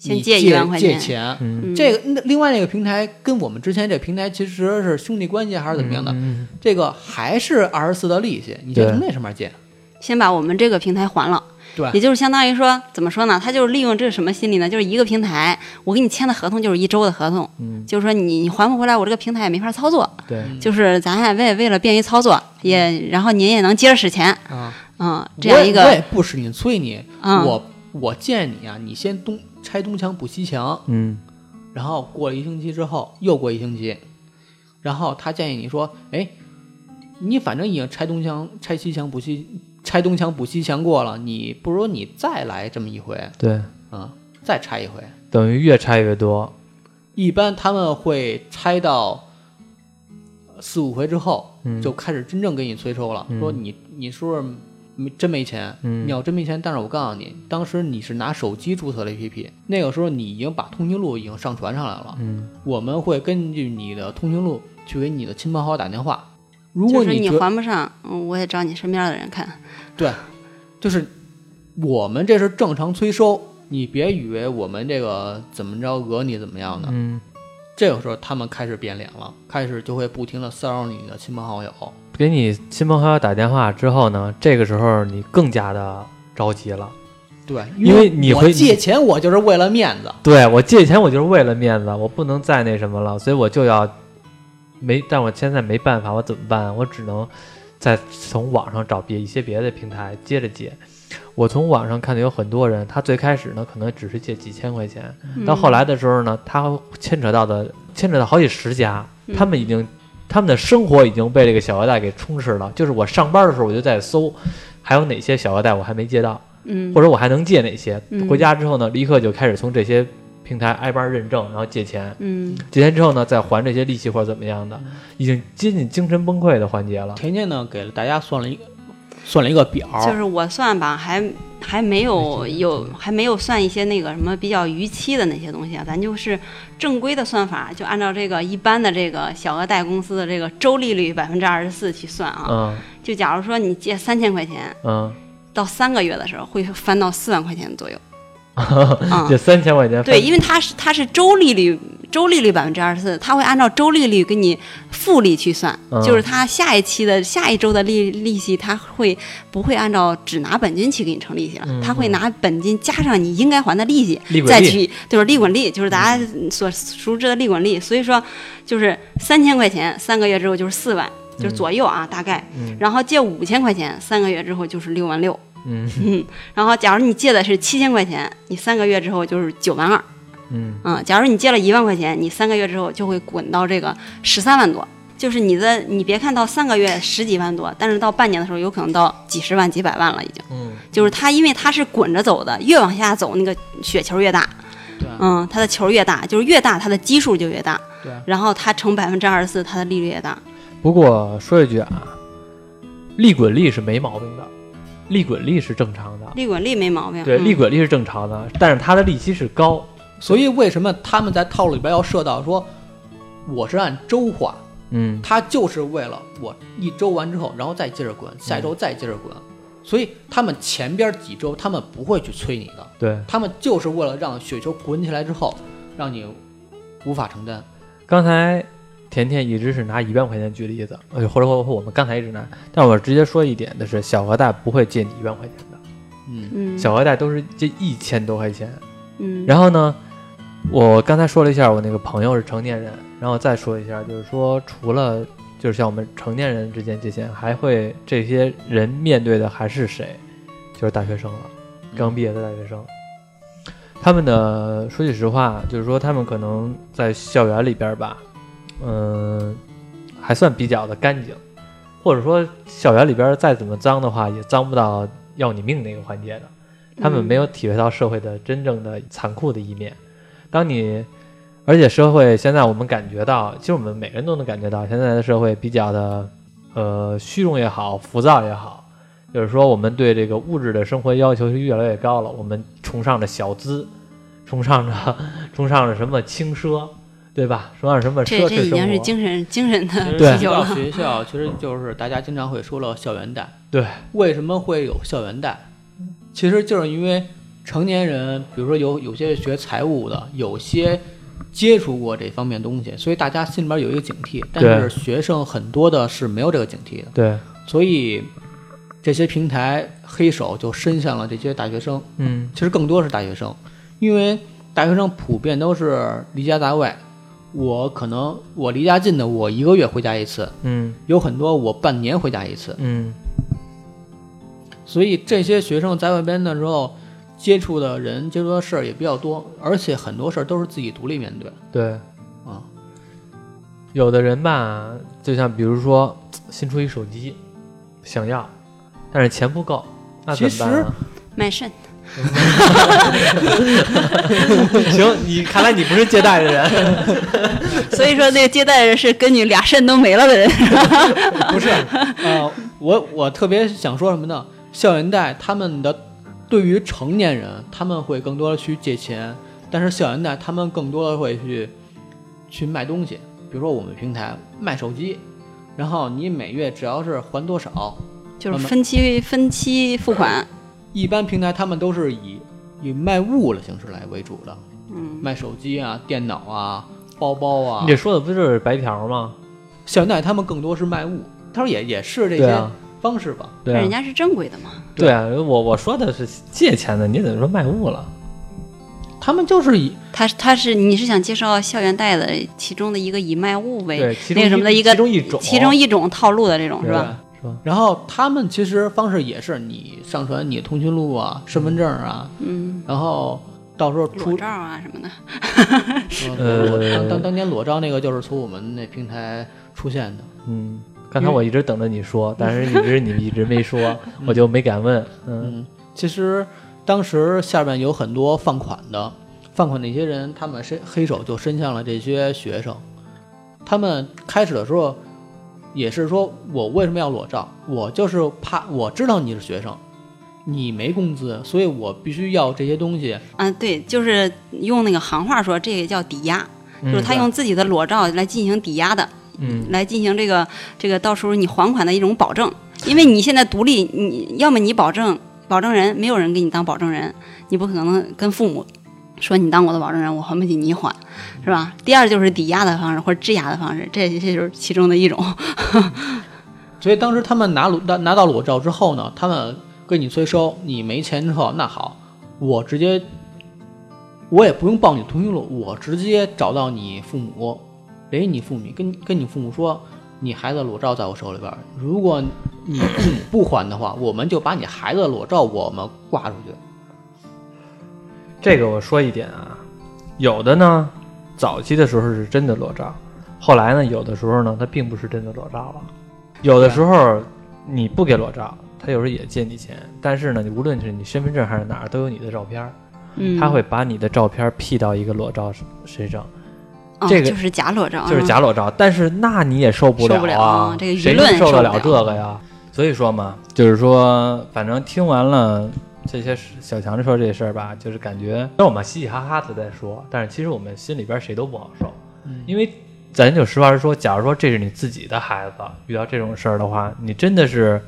Speaker 3: 先
Speaker 2: 你
Speaker 3: 借
Speaker 2: 借
Speaker 3: 一万块
Speaker 2: 借
Speaker 3: 钱，
Speaker 2: 钱。
Speaker 1: 嗯
Speaker 3: 嗯
Speaker 2: 这个那另外那个平台跟我们之前这平台其实是兄弟关系还是怎么样的？
Speaker 1: 嗯
Speaker 2: 这个还是二十四的利息，你就
Speaker 1: 对
Speaker 2: 从那上面借。
Speaker 3: 先把我们这个平台还了。
Speaker 2: 对
Speaker 3: 也就是相当于说，怎么说呢？他就是利用这个什么心理呢？就是一个平台，我给你签的合同就是一周的合同，
Speaker 1: 嗯
Speaker 3: 就是说你你还不回来，我这个平台也没法
Speaker 2: 嗯
Speaker 3: 操作。
Speaker 1: 对
Speaker 3: 就是咱也为为了便于操作，也然后您也能接着使钱，
Speaker 2: 啊，
Speaker 3: 嗯，这样一
Speaker 2: 嗯我也我也
Speaker 3: 个，
Speaker 2: 不使你催你，
Speaker 3: 嗯，
Speaker 2: 我我建议你啊，你先东拆东墙补西墙，
Speaker 1: 嗯
Speaker 2: 然后过了一星期之后又过一星期，然后他建议你说，哎，你反正已经拆东墙拆西墙补西拆东墙补西墙过了，你不如你再来这么一回
Speaker 1: 对，
Speaker 2: 啊，再拆一回。
Speaker 1: 等于越拆越多，
Speaker 2: 一般他们会拆到四五回之后，
Speaker 1: 嗯
Speaker 2: 就开始真正给你催收了，
Speaker 1: 嗯
Speaker 2: 说你你是不是没真没钱？
Speaker 1: 嗯
Speaker 2: 你要真没钱，但是我告诉你，当时你是拿手机注册了 APP，那个时候你已经把通讯录已经上传上来了，
Speaker 1: 嗯
Speaker 2: 我们会根据你的通讯录去给你的亲朋好友打电话。如
Speaker 3: 就
Speaker 2: 果
Speaker 3: 是你
Speaker 2: 觉得
Speaker 3: 还不上，嗯，我也找你身边的人看。
Speaker 2: 对，就是我们这是正常催收，你别以为我们这个怎么着讹你怎么样的。
Speaker 1: 嗯，
Speaker 2: 这个时候他们开始变脸了，开始就会不停的骚扰你的亲朋好友。
Speaker 1: 给你亲朋好友打电话之后呢，这个时候你更加的着急了。
Speaker 2: 对，
Speaker 1: 因为你
Speaker 2: 我
Speaker 1: 会
Speaker 2: 借钱，我就是为了面子。
Speaker 1: 对我借钱，我就是为了面子，我不能再那什么了，所以我就要没，但我现在没办法，我怎么办？我只能再从网上找别一些别的平台接着借。我从网上看到有很多人，他最开始呢可能只是借几千块钱，
Speaker 3: 嗯
Speaker 1: 到后来的时候呢，他牵扯到的牵扯到好几十家，
Speaker 3: 嗯
Speaker 1: 他们已经他们的生活已经被这个小额贷给充斥了。就是我上班的时候我就在搜，还有哪些小额贷我还没借到，
Speaker 3: 嗯，
Speaker 1: 或者我还能借哪些。
Speaker 3: 嗯
Speaker 1: 回家之后呢，立刻就开始从这些平台挨班认证，然后借钱，
Speaker 3: 嗯
Speaker 1: 借钱之后呢再还这些利息或者怎么样的，已经接近精神崩溃的环节了。
Speaker 2: 甜甜呢给了大家算了一个算了一个表，
Speaker 3: 就是我算吧，还还没有有
Speaker 1: 嗯
Speaker 3: 还没有算一些那个什么比较逾期的那些东西啊，咱就是正规的算法，就按照这个一般的这个小额贷公司的这个周利率百分之二十四去算啊。
Speaker 1: 嗯
Speaker 3: 就假如说你借三千块钱，
Speaker 1: 嗯，
Speaker 3: 到三个月的时候会翻到四万块钱 左右。嗯
Speaker 1: 这，三千块钱
Speaker 3: 对，因为它是它是周利率，周利率百分之二十四，它会按照周利率给你复利去算，
Speaker 1: 嗯
Speaker 3: 就是它下一期的下一周的利利息，它会不会按照只拿本金去给你成利息了？
Speaker 1: 嗯
Speaker 3: 它会拿本金加上你应该还的利息，
Speaker 1: 利嗯滚
Speaker 3: 再
Speaker 1: 利，
Speaker 3: 去就是利滚利，就是大家所熟知的利滚利。所以说，就是三千块钱，三个月之后就是四万，就是左右啊，大概。
Speaker 1: 嗯
Speaker 3: 然后借五千块钱，三个月之后就是六万六。
Speaker 1: 嗯
Speaker 3: 然后，假如你借的是七千块钱，你三个月之后就是九万二。
Speaker 1: 嗯
Speaker 3: 嗯，假如你借了一万块钱，你三个月之后就会滚到这个十三万多，就是你的，你别看到三个月十几万多，但是到半年的时候有可能到几十万、几百万了，已经。
Speaker 1: 嗯
Speaker 3: 就是它，因为它是滚着走的，越往下走那个雪球越大，
Speaker 2: 对
Speaker 3: 嗯，它的球越大，就是越大它的基数就越大，
Speaker 2: 对
Speaker 3: 然后它乘百分之二十四，它的利率越大。
Speaker 1: 不过说一句啊，利滚利是没毛病的，利滚利是正常的，
Speaker 3: 利滚利没毛病。
Speaker 1: 对，
Speaker 3: 嗯
Speaker 1: 利滚利是正常的，但是它的利息是高，
Speaker 2: 所以为什么他们在套路里边要设到说我是按周还，
Speaker 1: 嗯
Speaker 2: 他就是为了我一周完之后，然后再接着滚，下一周再接着滚。所以他们前边几周他们不会去催你的，
Speaker 1: 对。
Speaker 2: 他们就是为了让雪球滚起来之后，让你无法承担。
Speaker 1: 刚才甜甜一直是拿一万块钱举例子，呃，或者或者我们刚才一直拿，但我直接说一点的是，小额贷不会借你一万块钱的，
Speaker 2: 嗯，
Speaker 3: 嗯
Speaker 1: 小额贷都是借一千多块钱。
Speaker 3: 嗯，
Speaker 1: 然后呢，我刚才说了一下，我那个朋友是成年人，然后再说一下，就是说除了就是像我们成年人之间借钱，还会这些人面对的还是谁？就是大学生了，
Speaker 2: 嗯
Speaker 1: 刚毕业的大学生。他们的说句实话，就是说他们可能在校园里边吧，嗯、还算比较的干净，或者说校园里边再怎么脏的话，也脏不到要你命那个环节的。他们没有体会到社会的真正的残酷的一面。当你，而且社会现在我们感觉到，其实我们每个人都能感觉到，现在的社会比较的，呃，虚荣也好，浮躁也好，就是说我们对这个物质的生活要求是越来越高了。我们崇尚着小资，崇尚着 崇尚着什么轻奢，对吧？崇尚什么奢
Speaker 3: 这
Speaker 1: 侈生活？
Speaker 3: 这已经是精神精神的
Speaker 1: 对
Speaker 3: 啤酒了。
Speaker 2: 学校其实就是大家经常会说了校园贷。
Speaker 1: 对，
Speaker 2: 为什么会有校园贷？其实就是因为成年人，比如说有有些学财务的，有些接触过这方面东西，所以大家心里边有一个警惕。但是学生很多的是没有这个警惕的，
Speaker 1: 对，
Speaker 2: 所以这些平台黑手就伸向了这些大学生。
Speaker 1: 嗯
Speaker 2: 其实更多是大学生，因为大学生普遍都是离家在外。我可能我离家近的，我一个月回家一次，
Speaker 1: 嗯
Speaker 2: 有很多我半年回家一次。
Speaker 1: 嗯
Speaker 2: 所以这些学生在外边的时候，接触的人、接触的事儿也比较多，而且很多事儿都是自己独立面对
Speaker 1: 对。
Speaker 2: 啊。
Speaker 1: 有的人吧，就像比如说新出一手机，想要，但是钱不够，那怎么办、啊？
Speaker 3: 卖肾，
Speaker 1: 行， 你看来你不是借贷的人，
Speaker 3: 所以说那个接待人是跟你俩肾都没了的人。
Speaker 2: 不是，呃，我我特别想说什么呢？校园贷他们的对于成年人，他们会更多的去借钱，但是校园贷他们更多的会去去卖东西，比如说我们平台卖手机，然后你每月只要是还多少，
Speaker 3: 就是分期分期付款，
Speaker 2: 一般平台他们都是以以卖物的形式来为主的，
Speaker 3: 嗯，
Speaker 2: 卖手机啊、电脑啊、包包啊
Speaker 1: 你。这说的不就是白条吗？
Speaker 2: 校园贷他们更多是卖物，他说也也是这
Speaker 1: 对
Speaker 2: 些
Speaker 1: 啊，
Speaker 2: 方式吧。
Speaker 1: 对
Speaker 3: 人
Speaker 1: 啊，
Speaker 3: 家是正规的嘛，
Speaker 1: 对啊，我我说的是借钱的，你怎么说卖物了？
Speaker 2: 他们就是以
Speaker 3: 他他是你是想介绍校园贷的其中的一个以卖物为
Speaker 1: 对，哦其
Speaker 3: 那
Speaker 1: 中
Speaker 3: 个什么的一个
Speaker 1: 其中一种，
Speaker 3: 其中一种套路的这种是吧？
Speaker 1: 啊是吧？
Speaker 2: 然后他们其实方式也是你上传你的通讯录啊、身份证啊，
Speaker 3: 嗯，
Speaker 2: 然后到时候
Speaker 3: 裸
Speaker 2: 出
Speaker 3: 照啊什么的，
Speaker 1: 呃
Speaker 2: 嗯裸当当当年裸照那个就是从我们那平台出现的。
Speaker 1: 嗯，刚才我一直等着你说，但是一直你们一直没说， 我就没敢问。嗯，
Speaker 2: 嗯，其实当时下面有很多放款的，放款的一些人，他们伸黑手就伸向了这些学生。他们开始的时候也是说，我为什么要裸照？我就是怕我知道你是学生，你没工资，所以我必须要这些东西。
Speaker 3: 啊对，就是用那个行话说，这个叫抵押，嗯就是他
Speaker 2: 对
Speaker 3: 用自己的裸照来进行抵押的，
Speaker 1: 嗯，
Speaker 3: 来进行这个这个到时候你还款的一种保证，因为你现在独立，你要么你保证保证人，没有人给你当保证人，你不可能跟父母说你当我的保证人，我还不起你还，是吧？第二就是抵押的方式或者质押的方式，这这就是其中的一种。
Speaker 2: 所以当时他们拿裸拿拿到裸照之后呢，他们跟你催收，你没钱之后，那好，我直接，我也不用报你通讯录，我直接找到你父母，联系你父母，跟跟你父母说，你孩子裸照在我手里边儿，如果你父母不还的话，我们就把你孩子的裸照我们挂出去。
Speaker 1: 这个我说一点啊，有的呢，早期的时候是真的裸照，后来呢，有的时候呢，它并不是真的裸照了。有
Speaker 3: 啊
Speaker 1: 的时候你不给裸照，他有时候也借你钱，但是呢，你无论是你身份证还是哪儿，都有你的照片儿，
Speaker 3: 嗯，
Speaker 1: 他会把你的照片儿 P 到一个裸照身上，
Speaker 3: 哦
Speaker 1: 这个
Speaker 3: 就是假裸照，嗯
Speaker 1: 就是假裸照。但是那你也受不
Speaker 3: 啊受不了
Speaker 1: 啊
Speaker 3: 啊，这个舆
Speaker 1: 谁
Speaker 3: 论
Speaker 1: 能受得
Speaker 3: 受
Speaker 1: 这
Speaker 3: 不了
Speaker 1: 个呀？所以说嘛，就是说，反正听完了这些事小强说这事儿吧，就是感觉虽然我们嘻嘻哈哈的在说，但是其实我们心里边谁都不好受，
Speaker 2: 嗯
Speaker 1: 因为咱就实话实说，假如说这是你自己的孩子遇到这种事儿的话，你真的是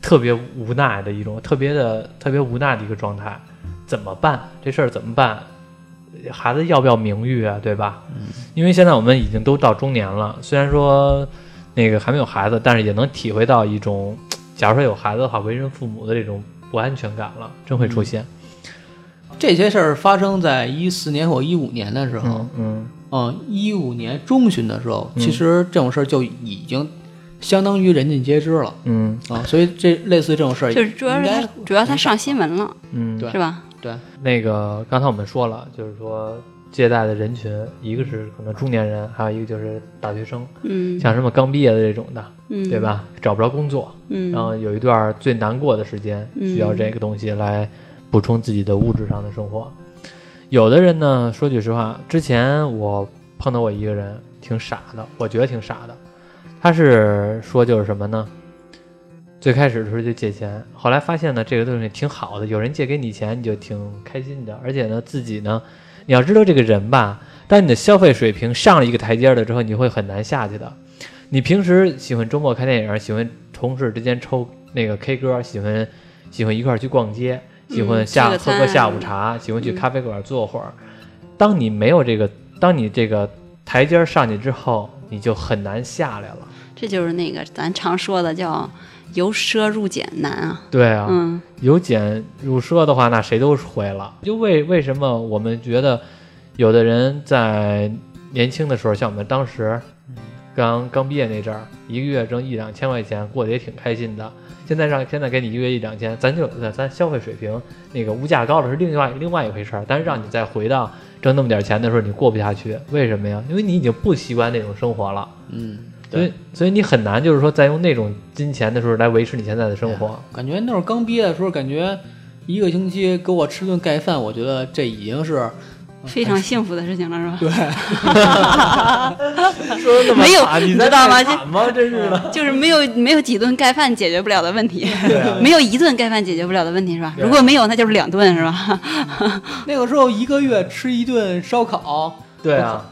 Speaker 1: 特别无奈的一种，特别的特别无奈的一个状态，怎么办？这事儿怎么办？孩子要不要名誉啊？对吧？因为现在我们已经都到中年了，虽然说那个还没有孩子，但是也能体会到一种，假如说有孩子的话，为人父母的这种不安全感了，真会出现。
Speaker 2: 这些事儿发生在一四年或一五年的时候，
Speaker 1: 嗯嗯
Speaker 2: 嗯，一五年中旬的时候，
Speaker 1: 嗯
Speaker 2: 其实这种事儿就已经相当于人尽皆知了
Speaker 1: 嗯
Speaker 2: 啊，所以这类似这种事儿，
Speaker 3: 就是主要是
Speaker 2: 应该
Speaker 3: 他主要他上新闻了，
Speaker 1: 嗯，
Speaker 2: 对
Speaker 3: 是吧？
Speaker 2: 对，
Speaker 1: 那个刚才我们说了，就是说借贷的人群，一个是可能中年人，还有一个就是大学生，
Speaker 3: 嗯
Speaker 1: 像什么刚毕业的这种的，
Speaker 3: 嗯，
Speaker 1: 对？吧？找不着工作，
Speaker 3: 嗯，
Speaker 1: 然后有一段最难过的时间，需要这个东西来补充自己的物质上的生活。有的人呢，说句实话，之前我碰到过一个人，挺傻的，我觉得挺傻的。他是说就是什么呢？最开始的时候就借钱，后来发现呢，这个东西挺好的，有人借给你钱，你就挺开心的，而且呢，自己呢，你要知道这个人吧，当你的消费水平上了一个台阶了之后，你会很难下去的。你平时喜欢周末看电影，喜欢同事之间抽那个 K 歌，喜欢喜欢一块儿去逛街，喜欢
Speaker 3: 嗯
Speaker 1: 下、
Speaker 3: 吃
Speaker 1: 喝
Speaker 3: 个餐
Speaker 1: 个
Speaker 3: 啊嗯
Speaker 1: 下
Speaker 3: 什
Speaker 1: 午
Speaker 3: 么的
Speaker 1: 茶，喜欢去
Speaker 3: 嗯
Speaker 1: 咖啡馆坐会儿。当你没有这个，当你这个台阶上去之后，你就很难下来了。
Speaker 3: 这就是那个咱常说的叫由奢入俭难啊。
Speaker 1: 对啊，
Speaker 3: 嗯
Speaker 1: 由俭入奢的话，那谁都会了。就为为什么我们觉得有的人在年轻的时候，像我们当时刚刚毕业那阵儿，一个月挣一两千块钱，过得也挺开心的。现在让现在给你一个月一两千，咱就咱消费水平那个物价高了是另外另外一回事儿。但是让你再回到挣那么点钱的时候，你过不下去，为什么呀？因为你已经不习惯那种生活了，
Speaker 2: 嗯，
Speaker 1: 所以所以你很难就是说再用那种金钱的时候来维持你现在的生活。
Speaker 2: 感觉那会儿刚毕业的时候，感觉一个星期给我吃顿盖饭，我觉得这已经是
Speaker 3: 非
Speaker 1: 哎
Speaker 3: 常幸福的事情了，是吧？
Speaker 2: 对，
Speaker 1: 说的那么
Speaker 3: 没有
Speaker 1: 惨你
Speaker 3: 你
Speaker 1: 在
Speaker 3: 知道吗
Speaker 1: 这惨吗？真是的，
Speaker 3: 就是没有没有几顿盖饭解决不了的问题，
Speaker 1: 对啊
Speaker 3: 没有一顿盖饭解决不了的问题是吧？
Speaker 1: 对啊
Speaker 3: 如果没有，那就是两顿是吧？
Speaker 2: 那个时候一个月吃一顿烧烤，
Speaker 1: 对啊，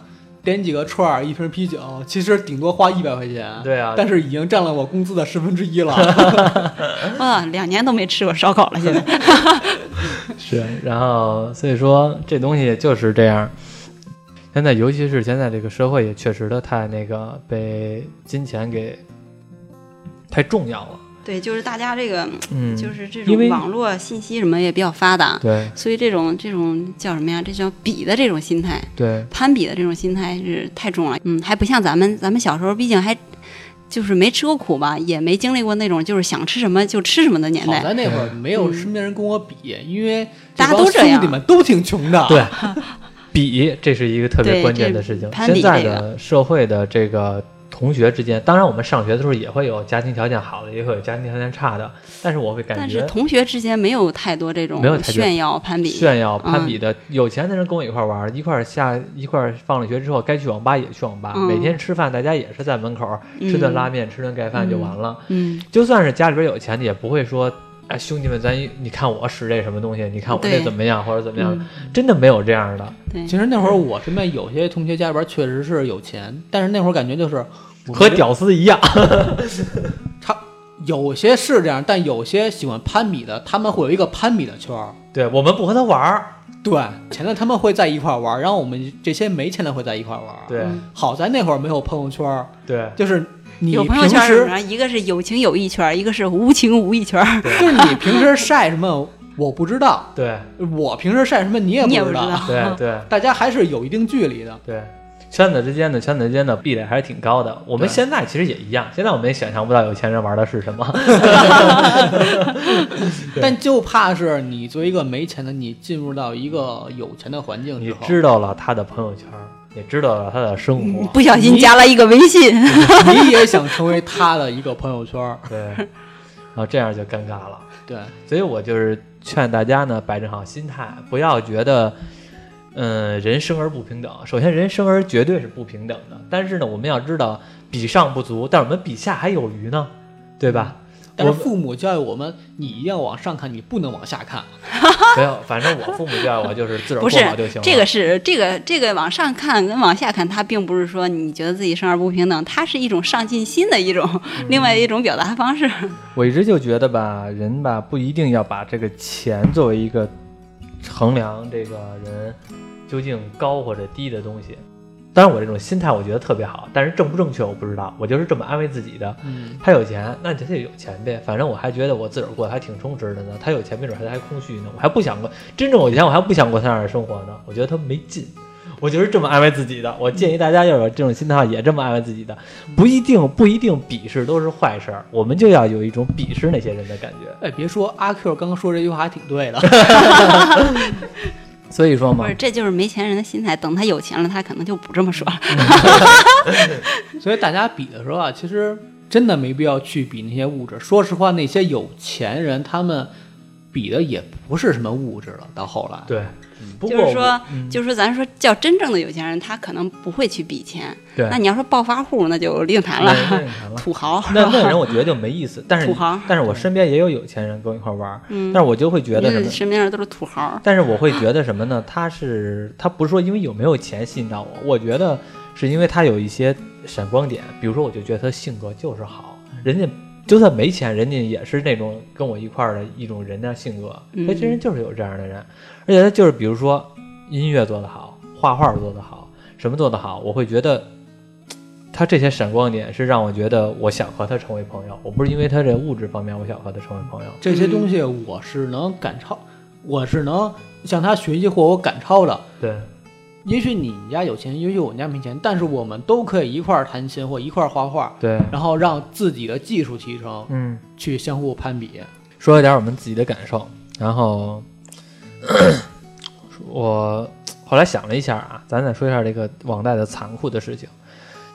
Speaker 2: 点几个串儿，一瓶啤酒，其实顶多花一百块 钱。
Speaker 1: 对啊
Speaker 2: 但是已经占了我工资的十分之一了。
Speaker 1: 哎
Speaker 3: 哇，两年都没吃过烧烤了，现在
Speaker 1: 是。然后所以说这东西就是这样。现在，尤其是现在这个社会，也确实的太那个被金钱给太重要了。
Speaker 3: 对，就是大家这个
Speaker 1: 嗯，
Speaker 3: 就是这
Speaker 1: 因为
Speaker 3: 种网络信息什么也比较发达，
Speaker 1: 对
Speaker 3: 所以这种这种叫什么呀？这叫比的这种心态，
Speaker 1: 对
Speaker 3: 攀比的这种心态是太重了。嗯，还不像咱们，咱们小时候毕竟还就是没吃过苦吧，也没经历过那种就是想吃什么就吃什么的年
Speaker 2: 好
Speaker 3: 代。
Speaker 2: 在那会儿没有身边人跟我比，因为
Speaker 3: 嗯大家都
Speaker 2: 这
Speaker 3: 这
Speaker 2: 帮
Speaker 3: 样
Speaker 2: 兄弟们都挺穷的。
Speaker 1: 对，比这是一个特别
Speaker 3: 对
Speaker 1: 关键
Speaker 3: 这
Speaker 1: 的事情。
Speaker 3: 攀
Speaker 1: 现
Speaker 3: 比
Speaker 1: 在
Speaker 3: 这
Speaker 1: 的社会的这个同学之间，当然我们上学的时候也会有家庭条件好的，也会有家庭条件差的，但是我会感
Speaker 3: 但是
Speaker 1: 觉
Speaker 3: 同学之间没有太多这种
Speaker 1: 没有太多
Speaker 3: 炫耀攀比，
Speaker 1: 炫耀攀
Speaker 3: 嗯
Speaker 1: 比的，有钱的人跟我一块儿玩儿，一块儿下一块儿放了学之后该去网吧也去网吧，
Speaker 3: 嗯
Speaker 1: 每天吃饭大家也是在门口儿吃顿拉面，吃顿盖饭就完了。
Speaker 3: 嗯，
Speaker 1: 就算是家里边有钱，也不会说。哎，兄弟们，咱你看我使这什么东西，你看我这
Speaker 3: 对
Speaker 1: 怎么样，或者怎么样，
Speaker 3: 嗯
Speaker 1: 真的没有这样的。
Speaker 3: 对
Speaker 2: 其实那会儿我身边有些同学家里边确实是有钱，但是那会儿感觉就是我
Speaker 1: 和
Speaker 2: 没
Speaker 1: 屌丝一样。
Speaker 2: 有些是这样，但有些喜欢攀比的，他们会有一个攀比的圈儿。
Speaker 1: 对我们不和他玩儿，
Speaker 2: 对，钱的他们会在一块儿玩儿，然后我们这些没钱的会在一块儿玩儿。，
Speaker 1: 对
Speaker 3: 嗯
Speaker 2: 好在那会儿没有朋友圈儿，
Speaker 1: 对
Speaker 2: 就是你
Speaker 3: 有朋友
Speaker 2: 平
Speaker 3: 圈儿是什
Speaker 2: 时
Speaker 3: 么？一个是有情有义圈儿，一个是无情无义圈儿，
Speaker 2: 就是你平时晒什么我不知道，
Speaker 1: 对
Speaker 2: 我平时晒什么你也
Speaker 3: 你也
Speaker 2: 知
Speaker 3: 知道。
Speaker 1: 对对
Speaker 2: 大家还是有一定距离的。
Speaker 1: 对，圈子之间的圈子之间的壁垒还是挺高的。我们
Speaker 2: 对
Speaker 1: 现在其实也一样，现在我们也想象不到有钱人玩的是什么。对
Speaker 2: 但就怕是你作为一个没钱的，你进入到一个有钱的环境
Speaker 1: 你
Speaker 2: 之后，
Speaker 1: 知道了他的朋友圈，也知道了他的生活，
Speaker 3: 嗯不小心加了一个微信，
Speaker 2: 你也想成为他的一个朋友圈儿。
Speaker 3: 嗯
Speaker 1: 对，然后这样就尴尬了。
Speaker 2: 对，
Speaker 1: 所以我就是劝大家呢，摆正好心态，不要觉得，嗯，人生而不平等。首先，人生而绝对是不平等的，但是呢，我们要知道比上不足，但我们比下还有余呢，对吧？
Speaker 2: 嗯但是
Speaker 1: 我
Speaker 2: 父母教育我们，你一定要往上看，你不能往下看。
Speaker 1: 没有，反正我父母教育我就是自个儿
Speaker 3: 不是
Speaker 1: 过好就行了。
Speaker 3: 这个是这个这个往上看跟往下看，它并不是说你觉得自己生而不平等，它是一种上进心的一种、
Speaker 1: 嗯
Speaker 3: 另外一种表达方式。
Speaker 1: 我一直就觉得吧，人吧不一定要把这个钱作为一个衡量这个人究竟高或者低的东西。当然，我这种心态我觉得特别好，但是正不正确我不知道，我就是这么安慰自己的。
Speaker 2: 嗯，
Speaker 1: 他有钱，那他就有钱呗。反正我还觉得我自个儿过得还挺充实的呢。他有钱，没准还还空虚呢。我还不想过真正有钱，我还不想过他那样的生活呢。我觉得他没劲，我就是这么安慰自己的。我建议大家要有这种心态，也这么安慰自己的。不一定，不一定鄙视都是坏事儿，我们就要有一种鄙视那些人的感觉。
Speaker 2: 哎，别说阿 Q 刚刚说这句话还挺 对的。
Speaker 1: 所以说
Speaker 3: 不
Speaker 1: 嘛
Speaker 3: 是，，这就是没钱人的心态。等他有钱了，他可能就不这么说了。
Speaker 2: 所以大家比的时候啊，其实真的没必要去比那些物质。说实话，那些有钱人他们比的也不是什么物质了。到后来，
Speaker 1: 对，不过
Speaker 3: 就
Speaker 1: 我
Speaker 3: 是说，
Speaker 1: 嗯
Speaker 3: 就是说，咱说叫真正的有钱人，他可能不会去比钱。
Speaker 1: 对，
Speaker 3: 那你要说暴发户，那就另谈
Speaker 1: 那
Speaker 3: 了，
Speaker 1: 那你看了
Speaker 3: 土豪。
Speaker 1: 那那人我觉得就没意思。但是
Speaker 3: 土豪
Speaker 1: 但是我身边也有有钱人跟我一块玩儿，
Speaker 3: 嗯
Speaker 1: 但是我就会觉得什么
Speaker 3: 你这。身边人都是土豪。
Speaker 1: 但是我会觉得什么呢？他是他不是说因为有没有钱吸引到我，我觉得是因为他有一些闪光点，比如说我就觉得他性格就是好，人家就算没钱，人家也是那种跟我一块儿的一种人的性格，
Speaker 3: 嗯
Speaker 1: 他这人就是有这样的人，而且他就是比如说音乐做得好，画画做得好，什么做得好，我会觉得。嘖他这些闪光点是让我觉得我想和他成为朋友，我不是因为他这物质方面我想和他成为朋友，
Speaker 2: 这些东西我是能赶超，我是能向他学习或我赶超的。
Speaker 1: 对
Speaker 2: 也许你家有钱，也许我们家没钱，但是我们都可以一块儿弹琴或一块儿画画，
Speaker 1: 对，
Speaker 2: 然后让自己的技术提升，
Speaker 1: 嗯。
Speaker 2: 去相互攀比。
Speaker 1: 说一点我们自己的感受，然后 我后来想了一下啊，咱再说一下这个网贷的残酷的事情，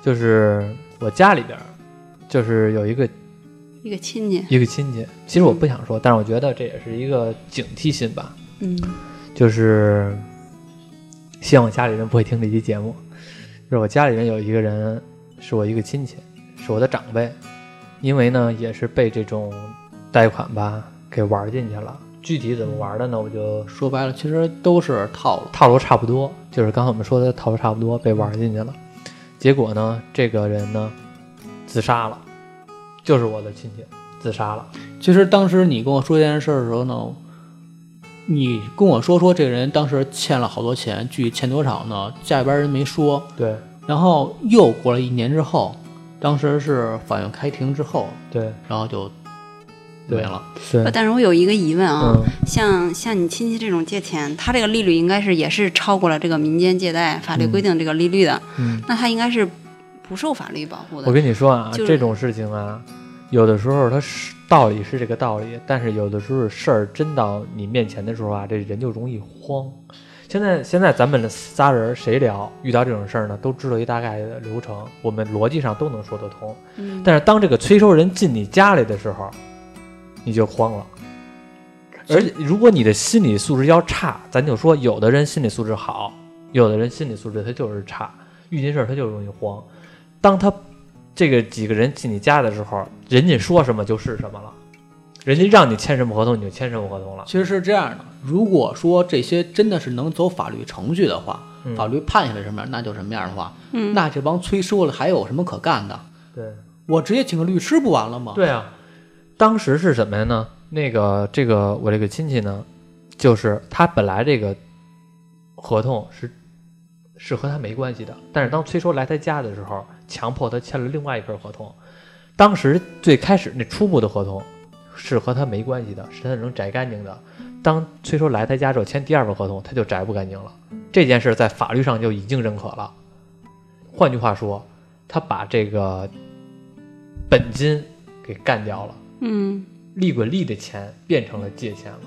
Speaker 1: 就是我家里边儿就是有一个
Speaker 3: 一个亲戚，
Speaker 1: 一个亲戚。其实我不想说，但是我觉得这也是一个警惕心吧，
Speaker 3: 嗯，
Speaker 1: 就是希望我家里人不会听这期节目。就是我家里人有一个人是我一个亲戚，是我的长辈，因为呢也是被这种贷款吧给玩进去了。具体怎么玩的呢？我就
Speaker 2: 说白了，其实都是套路。
Speaker 1: 套路差不多，就是刚才我们说的套路差不多，被玩进去了。结果呢，这个人呢自杀了，就是我的亲戚自杀了。
Speaker 2: 其实当时你跟我说这件事儿的时候呢，你跟我说说这个人当时欠了好多钱，具体欠多少呢？家里边人没说。
Speaker 1: 对
Speaker 2: 然后又过了一年之后，当时是法院开庭之后，
Speaker 1: 对
Speaker 2: 然后就
Speaker 1: 对
Speaker 2: 没了。
Speaker 1: 对，
Speaker 3: 但是我有一个疑问啊，
Speaker 1: 嗯，
Speaker 3: 像像你亲戚这种借钱，他这个利率应该是也是超过了这个民间借贷法律规定这个利率的，
Speaker 1: 嗯
Speaker 3: 那他应该是不受法律保护
Speaker 1: 我
Speaker 3: 的。
Speaker 1: 跟你说啊，
Speaker 3: 就是
Speaker 1: 这种事情啊，有的时候它是道理是这个道理，但是有的时候事儿真到你面前的时候啊，这人就容易慌。现在现在咱们仨人谁聊遇到这种事儿呢，都知道一大概的流程，我们逻辑上都能说得通。
Speaker 3: 嗯，
Speaker 1: 但是当这个催收人进你家里的时候，你就慌了。而且，如果你的心理素质要差，咱就说，有的人心理素质好，有的人心理素质他就是差，遇见事儿他就容易慌。当他这个几个人进你家的时候，人家说什么就是什么了，人家让你签什么合同你就签什么合同了。
Speaker 2: 其实是这样的，如果说这些真的是能走法律程序的话，
Speaker 1: 嗯
Speaker 2: 法律判下来什么样那就什么样的话，
Speaker 3: 嗯
Speaker 2: 那这帮催收的还有什么可干的？
Speaker 1: 对
Speaker 2: 我直接请个律师不完了吗？
Speaker 1: 对啊，当时是什么呀呢？那个这个我这个亲戚呢，就是他本来这个合同是是和他没关系的，但是当催收来他家的时候，强迫他签了另外一份合同。当时最开始那初步的合同是和他没关系的，是他能摘干净的。当催收来他家之后签第二份合同，他就摘不干净了。这件事在法律上就已经认可了。换句话说，他把这个本金给干掉了，
Speaker 3: 嗯
Speaker 1: 利滚利的钱变成了借钱了。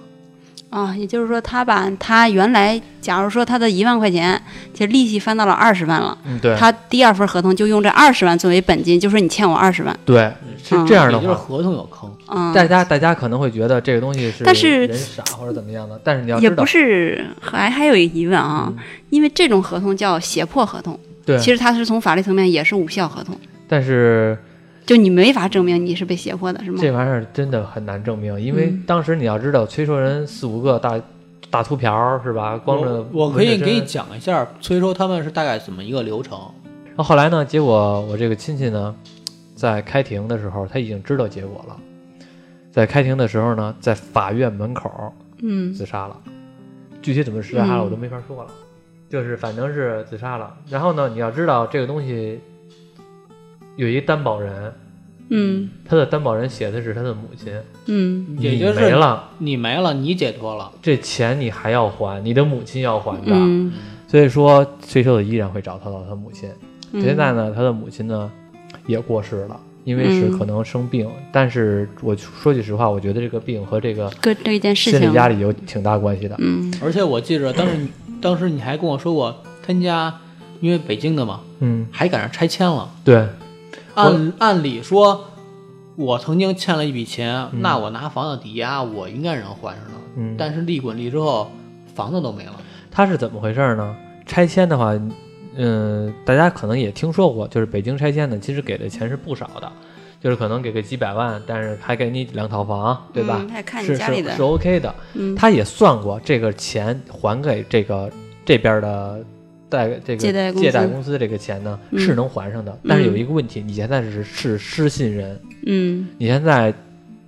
Speaker 3: 啊，也就是说，他把他原来假如说他的一万块钱，其实利息翻到了二十万了，
Speaker 1: 嗯，对
Speaker 3: 他第二份合同就用这二十万作为本金，就说你欠我二十万。
Speaker 1: 对是这样的
Speaker 2: 也就
Speaker 1: 话，
Speaker 2: 是合同有坑。
Speaker 3: 嗯，
Speaker 1: 大家大家可能会觉得这个东西是
Speaker 3: 但是
Speaker 1: 人傻或者怎么样的，但是你要
Speaker 3: 也
Speaker 1: 知道嗯
Speaker 3: 不，是，还还有一个疑问啊，因为这种合同叫胁迫合同，
Speaker 1: 对，
Speaker 3: 其实它是从法律层面也是无效合同，
Speaker 1: 但是
Speaker 3: 就你没法证明你是被胁迫的，是吗？
Speaker 1: 这玩意儿真的很难证明，因为
Speaker 3: 嗯
Speaker 1: 当时你要知道，催收人四五个大大秃瓢儿是吧？光着
Speaker 2: 我我可以
Speaker 1: 纹着
Speaker 2: 给你
Speaker 1: 身
Speaker 2: 讲一下催收他们是大概怎么一个流程。
Speaker 1: 然后后来呢，结果我这个亲戚呢，在开庭的时候他已经知道结果了，在开庭的时候呢，在法院门口
Speaker 3: 嗯
Speaker 1: 自杀了，具体怎么自杀了
Speaker 3: 嗯
Speaker 1: 我都没法说了，就是反正是自杀了。然后呢，你要知道这个东西有一担保人，
Speaker 3: 嗯
Speaker 1: 他的担保人写的是他的母亲，
Speaker 3: 嗯
Speaker 2: 也就
Speaker 1: 你没
Speaker 2: 是
Speaker 1: 了，
Speaker 2: 你没了，你解脱了。
Speaker 1: 这钱你还要还，你的母亲要还的，
Speaker 3: 嗯，
Speaker 1: 所以说崔秀子依然会找到他母亲。
Speaker 3: 嗯
Speaker 1: 现在呢，他的母亲呢也过世了，因为是
Speaker 3: 嗯
Speaker 1: 可能生病。但是我说句实话，我觉得这个病和这个
Speaker 3: 跟这件事
Speaker 1: 心理
Speaker 3: 情，
Speaker 1: 压力有挺大关系的。
Speaker 3: 嗯
Speaker 2: 而且我记着当时 你，当时你还跟我说过，他家因为北京的嘛，
Speaker 1: 嗯，
Speaker 2: 还赶上拆迁了。
Speaker 1: 对
Speaker 2: 按按理说，我曾经欠了一笔钱，那我拿房子抵押，我应该是能还上的。
Speaker 1: 嗯
Speaker 2: 但是利滚利之后，房子都没了。
Speaker 1: 他是怎么回事呢？拆迁的话，嗯、大家可能也听说过，就是北京拆迁呢，其实给的钱是不少的，就是可能给个几百万，但是还给你两套房，对吧？
Speaker 3: 嗯还看你
Speaker 1: 是
Speaker 3: 家里
Speaker 1: 是
Speaker 3: 的
Speaker 1: 是，OK 的，
Speaker 3: 嗯，
Speaker 1: 他也算过这个钱还给这个这边的贷这个
Speaker 3: 借贷公司
Speaker 1: 借贷公司这个钱呢、
Speaker 3: 嗯
Speaker 1: 是能还上的，但是有一个问题，你现在是是失信人，
Speaker 3: 嗯，
Speaker 1: 你现在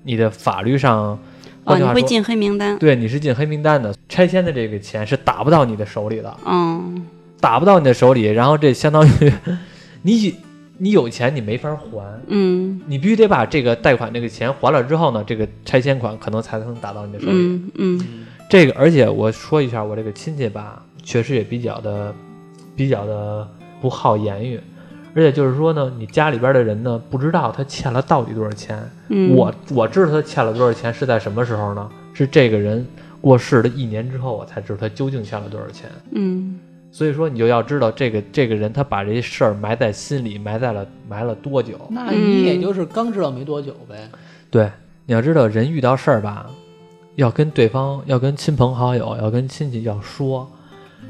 Speaker 1: 你的法律上，
Speaker 3: 哦，
Speaker 1: 换句
Speaker 3: 你
Speaker 1: 话
Speaker 3: 会
Speaker 1: 说，
Speaker 3: 进黑名单，
Speaker 1: 对你是进黑名单的，拆迁的这个钱是打不到你的手里的，
Speaker 3: 嗯
Speaker 1: 打不到你的手里，然后这相当于 你你有钱你没法还。
Speaker 3: 嗯
Speaker 1: 你必须得把这个贷款这个钱还了之后呢，这个拆迁款可能才能打到你的手里。
Speaker 3: 嗯嗯
Speaker 1: 这个，而且我说一下，我这个亲戚吧，确实也比较的，比较的不好言语，而且就是说呢，你家里边的人呢，不知道他欠了到底多少钱。
Speaker 3: 嗯，
Speaker 1: 我我知道他欠了多少钱是在什么时候呢？是这个人过世的一年之后，我才知道他究竟欠了多少钱。
Speaker 3: 嗯
Speaker 1: 所以说，你就要知道这个这个人他把这些事儿埋在心里，埋在了埋了多久。
Speaker 2: 那你也
Speaker 3: 嗯
Speaker 2: 就是刚知道没多久呗。
Speaker 1: 对，你要知道，人遇到事儿吧，要跟对方、要跟亲朋好友、要跟亲戚要说。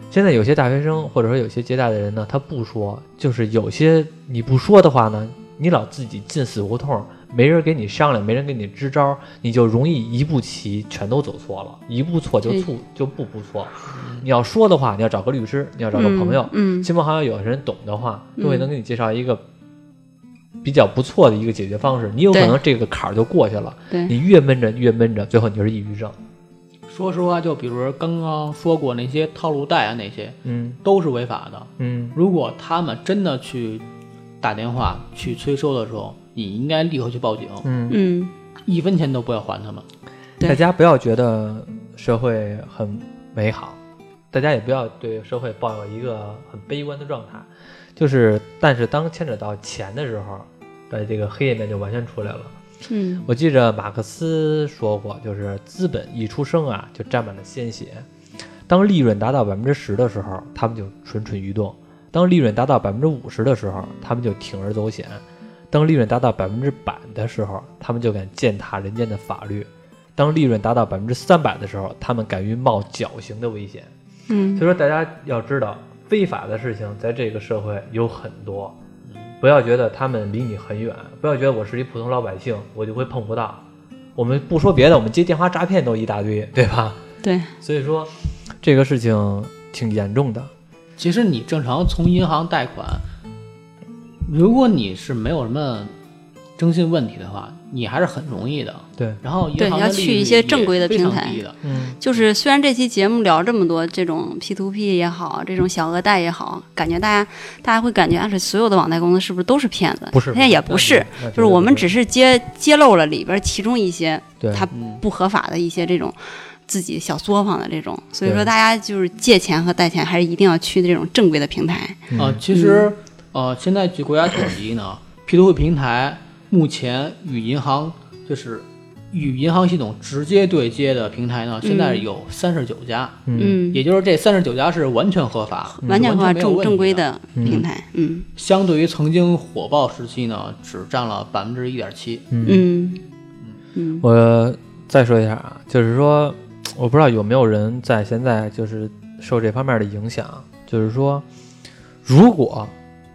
Speaker 1: 现在有些大学生或者说有些接待的人呢，他不说，就是有些你不说的话呢，你老自己进死胡同，没人给你商量，没人给你支招，你就容易一步棋全都走错了，一步错就
Speaker 3: 对
Speaker 1: 错就步步错。你要说的话，你要找个律师，你要找个朋友，
Speaker 3: 嗯，
Speaker 1: 亲朋好友有人懂的话，都会能给你介绍一个比较不错的一个解决方式。你有可
Speaker 3: 对
Speaker 1: 能这个坎儿就过去了，
Speaker 3: 对
Speaker 1: 你越闷着越闷着，最后你就是抑郁症。
Speaker 2: 说实话，就比如刚刚说过那些套路贷啊，那些
Speaker 1: 嗯
Speaker 2: 都是违法的。
Speaker 1: 嗯，
Speaker 2: 如果他们真的去打电话去催收的时候，你应该立刻去报警，
Speaker 3: 嗯，
Speaker 2: 一分钱都不要还他们。
Speaker 3: 对
Speaker 1: 大家不要觉得社会很美好，大家也不要对社会抱有一个很悲观的状态。就是，但是当牵扯到钱的时候，呃，这个黑夜面就完全出来了。
Speaker 3: 嗯，
Speaker 1: 我记着马克思说过，就是资本一出生啊，就沾满了鲜血。当利润达到百分之十的时候，他们就蠢蠢欲动；当利润达到百分之五十的时候，他们就铤而走险；当利润达到百分之百的时候，他们就敢践踏人间的法律；当利润达到百分之三百的时候，他们敢于冒绞刑的危险。
Speaker 3: 嗯，
Speaker 1: 所以说，大家要知道，非法的事情在这个社会有很多，不要觉得他们离你很远，不要觉得我是一普通老百姓，我就会碰不到。我们不说别的，我们接电话诈骗都一大堆，对吧？
Speaker 3: 对，
Speaker 1: 所以说，这个事情挺严重的。
Speaker 2: 其实你正常从银行贷款，如果你是没有什么征信问题的话，你还是很容易的。
Speaker 1: 对，
Speaker 2: 然后银
Speaker 3: 对
Speaker 2: 行
Speaker 3: 要
Speaker 2: 的利
Speaker 3: 去
Speaker 2: 率
Speaker 3: 一些
Speaker 2: 也
Speaker 3: 正规的
Speaker 2: 非常
Speaker 3: 平台
Speaker 2: 低的
Speaker 1: 嗯，
Speaker 3: 就是虽然这期节目聊这么多这种 P to P 也好，这种小额贷也好，感觉大家大家会感觉，按说所有的网贷公司是不是都是骗子？
Speaker 1: 不是，
Speaker 3: 现在也不是，，就是我们只是揭揭露了里边其中一些
Speaker 1: 对
Speaker 3: 他
Speaker 2: 嗯，
Speaker 3: 不合法的一些这种自己小作坊的这种，所以
Speaker 1: 对
Speaker 3: 说大家就是借钱和贷钱还是一定要去这种正规的平台。
Speaker 2: 呃，其实呃，现在据国家统计呢，P to P 平台目前与银行就是与银行系统直接对接的平台呢，现在
Speaker 3: 嗯
Speaker 2: 有三十九家，
Speaker 1: 嗯
Speaker 3: 嗯，
Speaker 2: 也就是这三十九家是完全合法，
Speaker 3: 完全
Speaker 2: 全
Speaker 3: 合法
Speaker 2: 没有
Speaker 3: 正
Speaker 2: 问
Speaker 3: 正
Speaker 2: 题
Speaker 3: 规
Speaker 2: 的。
Speaker 3: 的平台。嗯
Speaker 2: 相对于曾经火爆时期呢，只占了百分之一点七。
Speaker 1: 嗯
Speaker 3: 嗯嗯
Speaker 1: 我再说一下啊，就是说，我不知道有没有人在现在就是受这方面的影响，就是说，如果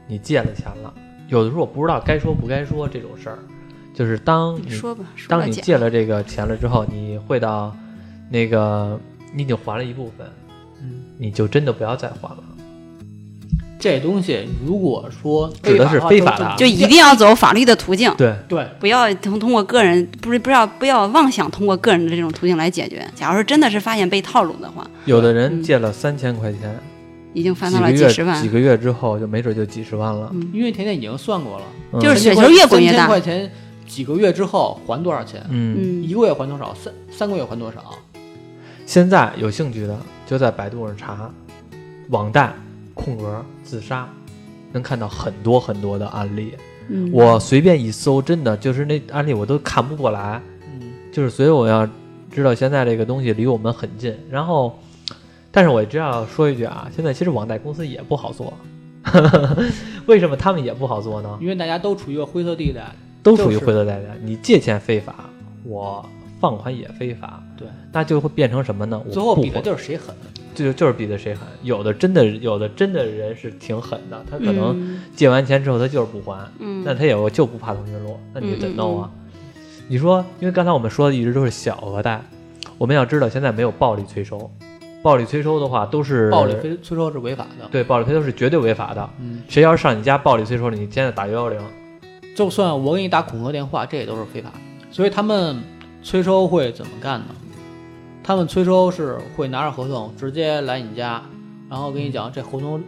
Speaker 1: 你借了钱了，有的时候我不知道该说不该说这种事儿，就是当
Speaker 3: 你
Speaker 1: 你
Speaker 3: 说吧，说吧
Speaker 1: 当你
Speaker 3: 姐
Speaker 1: 借了这个钱了之后，你会到那个你已经还了一部分，
Speaker 2: 嗯，
Speaker 1: 你就真的不要再还了。
Speaker 3: 嗯
Speaker 2: 这东西如果说
Speaker 1: 指的是非法的
Speaker 2: 话
Speaker 1: 啊
Speaker 3: 就一定要走法律的途径。
Speaker 1: 对，
Speaker 2: 对，
Speaker 3: 不要通通过个人，不是不要不要妄想通过个人的这种途径来解决。假如说真的是发现被套路的话，
Speaker 1: 有的人借了三千块钱，
Speaker 3: 已经翻
Speaker 1: 几
Speaker 3: 嗯到
Speaker 1: 个
Speaker 3: 了
Speaker 1: 月
Speaker 3: 几十万
Speaker 1: 几，个月之后就没准就几十万了。
Speaker 3: 嗯
Speaker 2: 因为甜甜已经算过了，
Speaker 1: 嗯
Speaker 3: 就是雪球
Speaker 2: 3000
Speaker 3: 越滚越
Speaker 2: 3000
Speaker 3: 大
Speaker 2: 块钱几个月之后还多少钱？
Speaker 1: 嗯
Speaker 3: 嗯
Speaker 2: 一个月还多少？三三个月还多少？
Speaker 1: 现在有兴趣的就在百度上查“网贷空格自杀”，能看到很多很多的案例。
Speaker 3: 嗯，
Speaker 1: 我随便一搜，真的就是那案例我都看不过来。
Speaker 2: 嗯，
Speaker 1: 就是所以我要知道现在这个东西离我们很近。然后，但是我只要说一句啊，现在其实网贷公司也不好做。 为什么他们也不好做呢？
Speaker 2: 因为大家都处于一个灰色地带。
Speaker 1: 都属于灰色地带。你借钱非法，我放款也非法，
Speaker 2: 对，
Speaker 1: 那就会变成什么呢？我
Speaker 2: 最后
Speaker 1: 不
Speaker 2: 比的
Speaker 1: 还
Speaker 2: 就是谁狠。
Speaker 1: 就就是比的谁狠。有的真的，有的真的人是挺狠的，他可能
Speaker 3: 嗯
Speaker 1: 借完钱之后他就是不还，
Speaker 3: 嗯
Speaker 1: 那他也就不怕通讯录，那你就得弄啊。你说，因为刚才我们说的一直都是小额贷，我们要知道现在没有暴力催收，暴力催收的话都是
Speaker 2: 暴力催催收是违法的。
Speaker 1: 对暴力催收是绝对违法的。
Speaker 2: 嗯，
Speaker 1: 谁要是上你家暴力催收你，现在打幺幺零。
Speaker 2: 就算我给你打恐吓电话，这也都是非法。所以他们催收会怎么干呢？他们催收是会拿着合同直接来你家，然后跟你讲这合同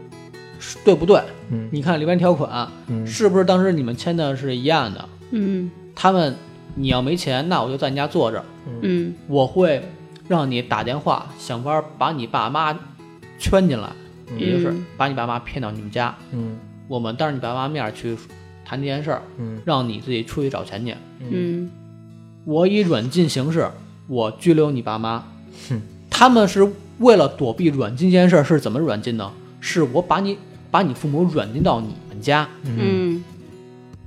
Speaker 2: 是对不对，
Speaker 1: 嗯
Speaker 2: 你看里边条款
Speaker 1: 嗯
Speaker 2: 是不是当时你们签的是一样的？
Speaker 3: 嗯
Speaker 2: 他们你要没钱，那我就在你家坐着，
Speaker 3: 嗯
Speaker 2: 我会让你打电话想法儿把你爸妈圈进来，也就是
Speaker 3: 嗯
Speaker 2: 把你爸妈骗到你们家，
Speaker 1: 嗯
Speaker 2: 我们当着你爸妈面儿去谈这件事儿，
Speaker 1: 嗯
Speaker 2: 让你自己出去找钱去。
Speaker 3: 嗯
Speaker 2: 我以软禁形式，我拘留你爸妈
Speaker 1: 哼。
Speaker 2: 他们是为了躲避软禁这件事儿，是怎么软禁呢？是我把你把你父母软禁到你们家，
Speaker 1: 嗯
Speaker 3: 嗯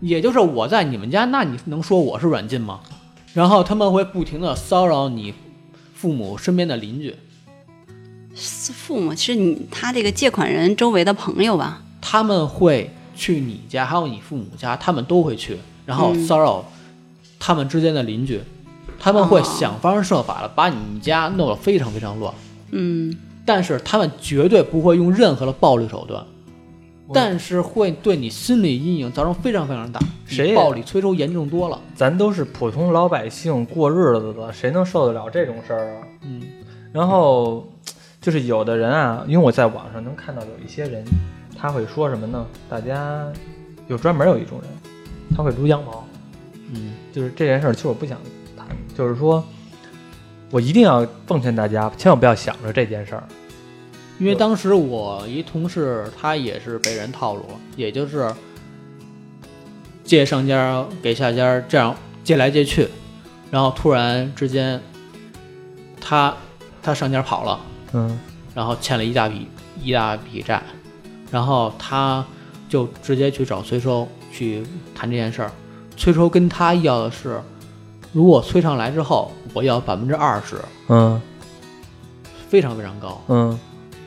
Speaker 2: 也就是我在你们家，那你能说我是软禁吗？然后他们会不停的骚扰你父母身边的邻居，
Speaker 3: 是父母是你他这个借款人周围的朋友吧？
Speaker 2: 他们会去你家，还有你父母家，他们都会去，然后
Speaker 3: 嗯
Speaker 2: 骚扰他们之间的邻居，他们会
Speaker 3: 哦
Speaker 2: 想方设法的把你家弄得非常非常乱，
Speaker 3: 嗯，
Speaker 2: 但是他们绝对不会用任何的暴力手段。
Speaker 1: 我
Speaker 2: 但是会对你心理阴影造成非常非常大，比
Speaker 1: 谁也
Speaker 2: 暴力催收严重多了。
Speaker 1: 咱都是普通老百姓过日子的，谁能受得了这种事儿啊？
Speaker 2: 嗯，
Speaker 1: 然后就是有的人啊，因为我在网上能看到有一些人，他会说什么呢？大家有专门有一种人，他会撸羊毛，
Speaker 2: 嗯，
Speaker 1: 就是这件事儿，其实我不想谈，就是说我一定要奉劝大家，千万不要想着这件事儿。
Speaker 2: 因为
Speaker 1: 我
Speaker 2: 当时我一同事他也是被人套路了，也就是借上家给下家，这样借来借去，然后突然之间他他上家跑了，
Speaker 1: 嗯，
Speaker 2: 然后欠了一大笔一大笔债，然后他就直接去找催收去谈这件事儿。催收跟他要的是，如果催上来之后，我要百分之二十，
Speaker 1: 嗯
Speaker 2: 非常非常高。
Speaker 1: 嗯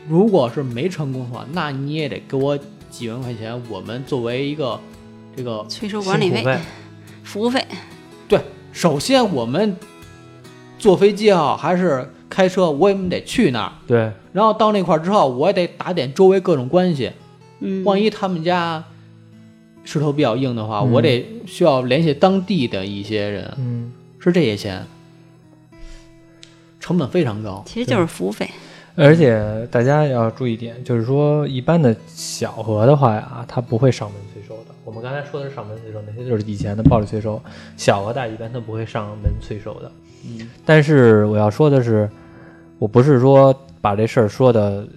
Speaker 2: 如果是没成功的话，那你也得给我几万块钱，我们作为一个这个，
Speaker 3: 催收
Speaker 1: 辛
Speaker 3: 管理
Speaker 1: 苦
Speaker 3: 费、服务费，
Speaker 2: 首先我们坐飞机也好，还是开车，我也得去那儿。
Speaker 1: 对，
Speaker 2: 然后到那块儿之后，我也得打点周围各种关系，
Speaker 3: 嗯，
Speaker 2: 万一他们家石头比较硬的话，
Speaker 1: 嗯
Speaker 2: 我得需要联系当地的一些人，
Speaker 1: 嗯，
Speaker 2: 是这些钱，成本非常高。
Speaker 3: 其实就是服务费，
Speaker 1: 而且大家要注意一点，就是说一般的小额的话呀，它不会上门催收的。我们刚才说的是上门催收，那些就是以前的暴力催收，小额贷一般它不会上门催收的。
Speaker 2: 嗯
Speaker 1: 但是我要说的是，我不是说把这事儿说的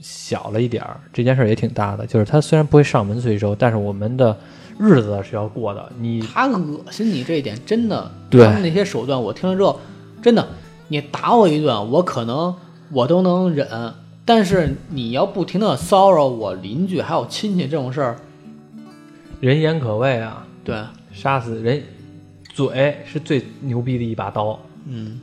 Speaker 1: 小了一点儿，这件事儿也挺大的。就是它虽然不会上门催收，但是我们的日子是要过的。你
Speaker 2: 他恶心你这一点真的，
Speaker 1: 对
Speaker 2: 他们那些手段我听了之后，真的，你打我一顿，我可能我都能忍，但是你要不停的骚扰我邻居还有亲戚这种事儿，
Speaker 1: 人言可畏啊，
Speaker 2: 对，
Speaker 1: 杀死人，嘴是最牛逼的一把刀。
Speaker 2: 嗯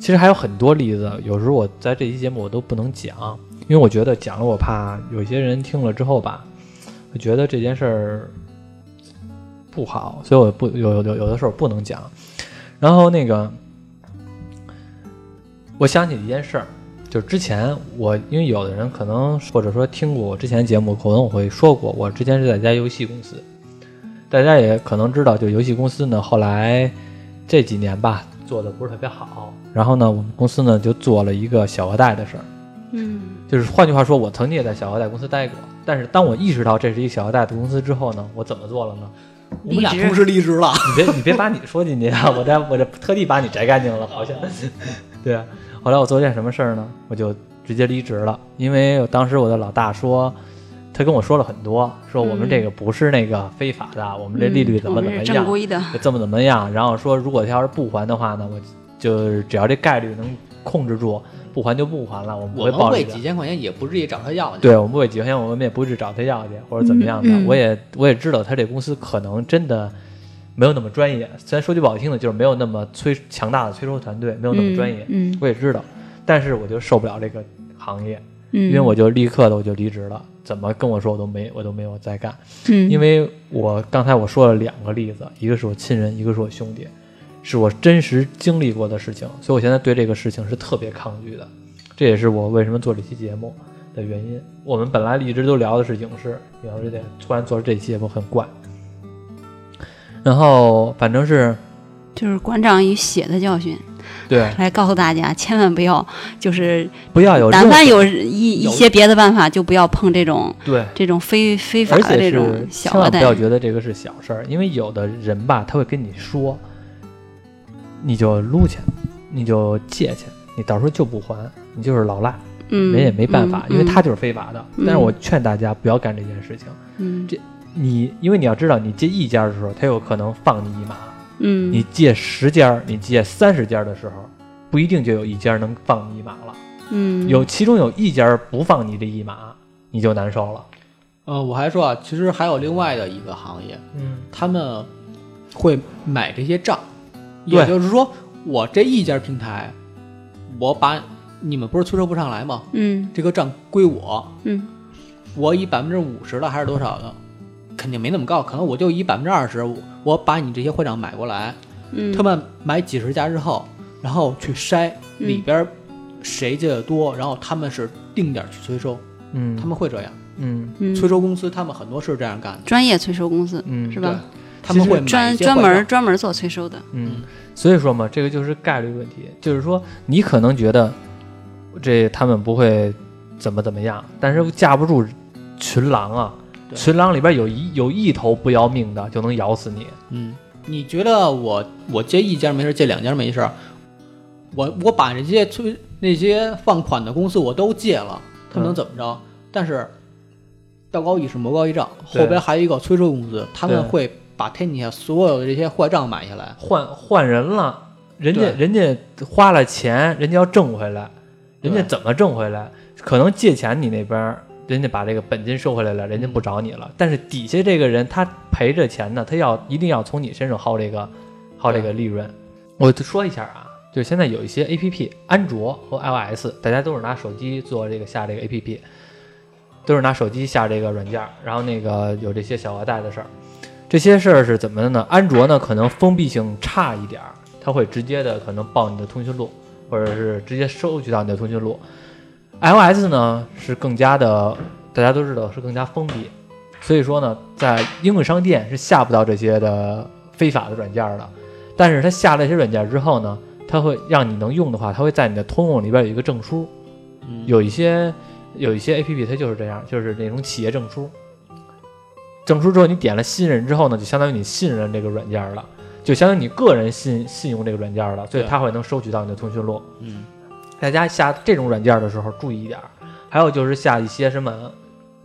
Speaker 1: 其实还有很多例子，有时候我在这期节目我都不能讲，因为我觉得讲了我怕有些人听了之后吧，我觉得这件事儿不好，所以我不有有有有的时候不能讲。然后那个，我想起一件事儿，就是之前我因为有的人可能或者说听过我之前节目，可能我会说过，我之前是在一家游戏公司，大家也可能知道，就游戏公司呢后来。这几年吧做的不是特别好。然后呢，我们公司呢就做了一个小额贷的事儿，
Speaker 3: 嗯
Speaker 1: 就是换句话说，我曾经也在小额贷公司待过。但是当我意识到这是一个小额贷的公司之后呢，我怎么做了呢？
Speaker 2: 我们俩
Speaker 3: 离职
Speaker 2: 同时离职了，
Speaker 1: 你 别你别把你说进去啊！我这我这特地把你摘干净了，好像。 对啊，后来我做件什么事儿呢？我就直接离职了，因为当时我的老大说，他跟我说了很多，说我们这个不是那个非法的，嗯我们这利率怎么
Speaker 3: 嗯我
Speaker 1: 怎
Speaker 3: 们
Speaker 1: 么
Speaker 3: 是
Speaker 1: 样
Speaker 3: 正，规的，
Speaker 1: 就怎么怎么样，然后说如果他要是不还的话呢，我就是只要这概率能控制住，不还就不还了，我们不
Speaker 2: 我
Speaker 1: 会
Speaker 2: 们
Speaker 1: 暴力
Speaker 2: 为
Speaker 1: 的
Speaker 2: 几。千块钱也不至于找他要去，
Speaker 1: 对，我们为几块钱，我们也不去找他要去，或者怎么样的。
Speaker 3: 嗯嗯
Speaker 1: 我也我也知道他这公司可能真的没有那么专业，虽然说句不好听的，就是没有那么催强大的催收团队，没有那么专业。
Speaker 3: 嗯，嗯
Speaker 1: 我也知道，但是我就受不了这个行业，
Speaker 3: 嗯
Speaker 1: 因为我就立刻的我就离职了，怎么跟我说我都没我都没有再干。
Speaker 3: 嗯
Speaker 1: 因为我刚才我说了两个例子，一个是我亲人，一个是我兄弟，是我真实经历过的事情，所以我现在对这个事情是特别抗拒的。这也是我为什么做这期节目的原因。我们本来一直都聊的是影视，聊这点，突然做这期节目很怪。然后反正是
Speaker 3: 就是馆长以血的教训
Speaker 1: 对，
Speaker 3: 来告诉大家，千万不要就是
Speaker 1: 不要有任
Speaker 3: 但
Speaker 1: 何
Speaker 3: 凡有一一
Speaker 2: 有
Speaker 3: 些别的办法，就不要碰这种
Speaker 1: 对
Speaker 3: 这种非非法
Speaker 1: 而
Speaker 3: 的
Speaker 1: 且
Speaker 3: 这
Speaker 1: 是
Speaker 3: 种小
Speaker 1: 千
Speaker 3: 额
Speaker 1: 万不
Speaker 3: 贷
Speaker 1: 要。觉得这个是小事儿，因为有的人吧，他会跟你说，你就撸去，你就借去，你到时候就不还，你就是老赖，
Speaker 3: 嗯，
Speaker 1: 人也没办法，
Speaker 3: 嗯
Speaker 1: 因为他就是非法的。
Speaker 3: 嗯
Speaker 1: 但是我劝大家不要干这件事情，
Speaker 3: 嗯
Speaker 1: 这你因为你要知道，你借一家的时候，他有可能放你一马；
Speaker 3: 嗯，
Speaker 1: 你借十家，你借三十家的时候，不一定就有一家能放你一马了，
Speaker 3: 嗯
Speaker 1: 有其中有一家不放你这一马，你就难受了。
Speaker 2: 呃，我还说啊，其实还有另外的一个行业，
Speaker 1: 嗯
Speaker 2: 他们会买这些账，也
Speaker 1: 对
Speaker 2: 就是说，我这一家平台，我把你们不是催收不上来吗？
Speaker 3: 嗯
Speaker 2: 这个账归我，
Speaker 3: 嗯
Speaker 2: 我以百分之五十的还是多少的，肯定没那么高，可能我就以百分之二十，我把你这些会长买过来，
Speaker 3: 嗯，
Speaker 2: 他们买几十家之后，然后去筛
Speaker 3: 嗯
Speaker 2: 里边谁借的多，然后他们是定点去催收，
Speaker 1: 嗯，
Speaker 2: 他们会这样，
Speaker 1: 嗯
Speaker 3: 嗯
Speaker 2: 催收公司他们很多是这样干的，
Speaker 3: 专业催收公司
Speaker 1: 嗯
Speaker 3: 是
Speaker 2: 对
Speaker 3: 吧？，
Speaker 2: 他们
Speaker 1: 其实
Speaker 2: 会买一
Speaker 3: 专
Speaker 2: 些
Speaker 3: 专
Speaker 2: 会
Speaker 3: 门
Speaker 2: 长
Speaker 3: 专门做催收的，
Speaker 1: 嗯，所以说嘛，这个就是概率问题，就是说你可能觉得这他们不会怎么怎么样，但是架不住群狼啊，
Speaker 2: 对
Speaker 1: 群狼里边有一有一头不要命的就能咬死你，
Speaker 2: 嗯，你觉得我我借一家没事儿，借两家没事儿，我我把这些催那些放款的公司我都借了，他们能
Speaker 1: 嗯
Speaker 2: 怎么着？但是道高一尺，魔高一丈，
Speaker 1: 对
Speaker 2: 后边还有一个催收公司，他们
Speaker 1: 对
Speaker 2: 会把天底下所有的这些坏账买下来。
Speaker 1: 换换人了，人家
Speaker 2: 对
Speaker 1: 人家花了钱，人家要挣回来，人家
Speaker 2: 对
Speaker 1: 怎么挣回来？可能借钱你那边儿，人家把这个本金收回来了，人家
Speaker 2: 嗯
Speaker 1: 不找你了，但是底下这个人他赔着钱呢，他要一定要从你身上薅这个薅这个利润。我就说一下啊，就是现在有一些 A P P，安卓和 I O S，大家都是拿手机做这个下这个 A P P，都是拿手机下这个软件儿，然后那个有这些小额贷的事儿。这些事儿是怎么的呢？安卓呢可能封闭性差一点儿，它会直接的可能报你的通讯录，或者是直接收集到你的通讯录。iOS 呢是更加的，大家都知道是更加封闭，所以说呢，在应用商店是下不到这些的非法的软件儿的。但是它下了这些软件之后呢，它会让你能用的话，它会在你的通用里边有一个证书，
Speaker 2: 嗯，
Speaker 1: 有一些有一些 A P P 它就是这样，就是那种企业证书。证书之后你点了信任之后呢，就相当于你信任这个软件了，就相当于你个人信信用这个软件了，所以
Speaker 2: 对
Speaker 1: 它会能收取到你的通讯录。
Speaker 2: 嗯，
Speaker 1: 大家下这种软件的时候注意一点儿，还有就是下一些什么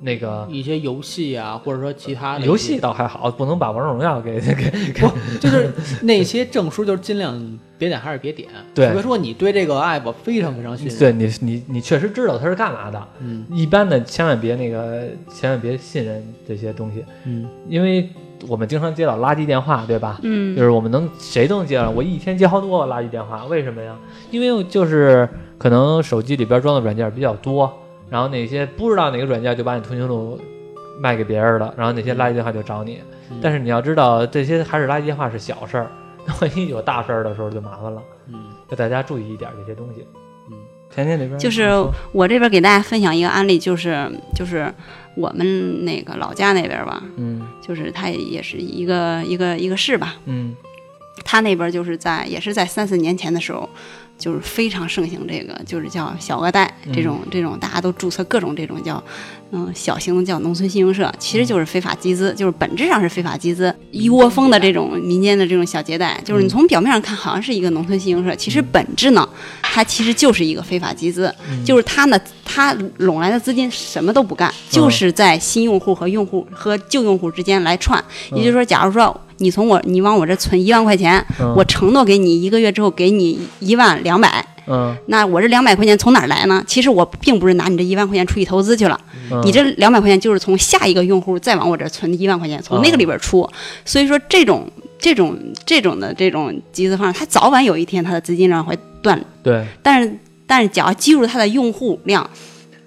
Speaker 1: 那个
Speaker 2: 一些游戏啊，或者说其他的一
Speaker 1: 游
Speaker 2: 些
Speaker 1: 戏，倒还好，不能把王者荣耀给给
Speaker 2: 就是那些证书，就是尽量别点还是别点，
Speaker 1: 对
Speaker 2: 除非说你对这个 app 非常非常信任。
Speaker 1: 对你你你确实知道它是干嘛的。
Speaker 2: 嗯
Speaker 1: 一般的千万别那个，千万别信任这些东西，
Speaker 2: 嗯，
Speaker 1: 因为我们经常接到垃圾电话，对吧？就
Speaker 3: 嗯
Speaker 1: 是我们能谁都能接到，我一天接好多个垃圾电话，为什么呀？因为就是可能手机里边装的软件比较多，然后那些不知道哪个软件就把你通讯录卖给别人了，然后那些垃圾电话就找你。
Speaker 2: 嗯
Speaker 1: 但是你要知道，这些还是垃圾电话是小事儿， 那万一有大事儿的时候就麻烦了，
Speaker 2: 嗯
Speaker 1: 就大家注意一点这些东西。
Speaker 2: 嗯，
Speaker 1: 甜甜这边
Speaker 3: 就是
Speaker 1: 你说
Speaker 3: 我这边给大家分享一个案例，就是就是我们那个老家那边吧，
Speaker 1: 嗯
Speaker 3: 就是它也是一个一个一个市吧，
Speaker 1: 嗯
Speaker 3: 他那边就是在也是在三四年前的时候，就是非常盛行这个，就是叫小额贷
Speaker 2: 嗯
Speaker 3: 这种、这种，大家都注册各种这种叫，嗯，小型的叫农村信用社，其实就是非法集资，就是本质上是非法集资，一窝蜂的这种民间的这种小借贷，就是
Speaker 2: 嗯
Speaker 3: 你从表面上看好像是一个农村信用社，其实本质呢，它其实就是一个非法集资，
Speaker 1: 嗯
Speaker 3: 就是他呢，他拢来的资金什么都不干，就是在新用户和用户和旧用户之间来串。
Speaker 1: 嗯
Speaker 3: 也就是说，假如说你从我你往我这存一万块钱，
Speaker 1: 嗯
Speaker 3: 我承诺给你一个月之后给你一万两百，
Speaker 1: 嗯
Speaker 3: 那我这两百块钱从哪儿来呢？其实我并不是拿你这一万块钱出去投资去了，
Speaker 1: 嗯
Speaker 3: 你这两百块钱就是从下一个用户再往我这儿存一万块钱，
Speaker 1: 嗯
Speaker 3: 从那个里边出。所以说这种这种这种的这种集资方式，它早晚有一天它的资金量会断
Speaker 1: 对
Speaker 3: 但是但是只要基数它的用户量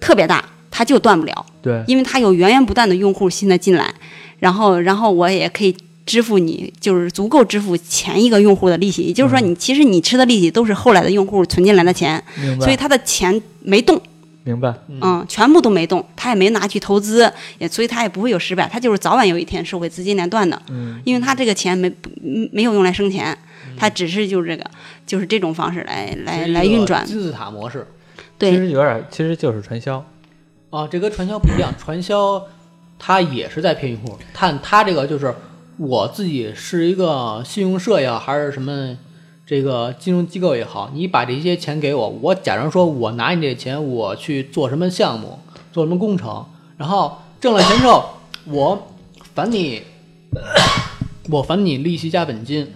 Speaker 3: 特别大，它就断不了，
Speaker 1: 对
Speaker 3: 因为它有源源不断的用户新的进来，然后然后我也可以。支付你就是足够支付前一个用户的利息，也就是说
Speaker 1: 嗯
Speaker 3: 你，其实你吃的利息都是后来的用户存进来的钱，
Speaker 1: 明
Speaker 3: 所以
Speaker 1: 白
Speaker 3: 他的钱没动，
Speaker 1: 明白
Speaker 3: 嗯，全部都没动，他也没拿去投资，也所以他也不会有失败，他就是早晚有一天是会资金链断的，
Speaker 1: 嗯
Speaker 3: 因为他这个钱没不没有用来生钱，他只是就是这个就是这种方式来来来运转，
Speaker 2: 金字塔模式
Speaker 1: 其
Speaker 3: 对，
Speaker 1: 实有点其实就是传销
Speaker 2: 啊，这跟传销不一 样，传销它也是在骗用户，但它这个就是我自己是一个信用社也好，还是什么这个金融机构也好，你把这些钱给我，我假装说我拿你这钱我去做什么项目，做什么工程，然后挣了钱之后，我返你， 我返你利息加本金，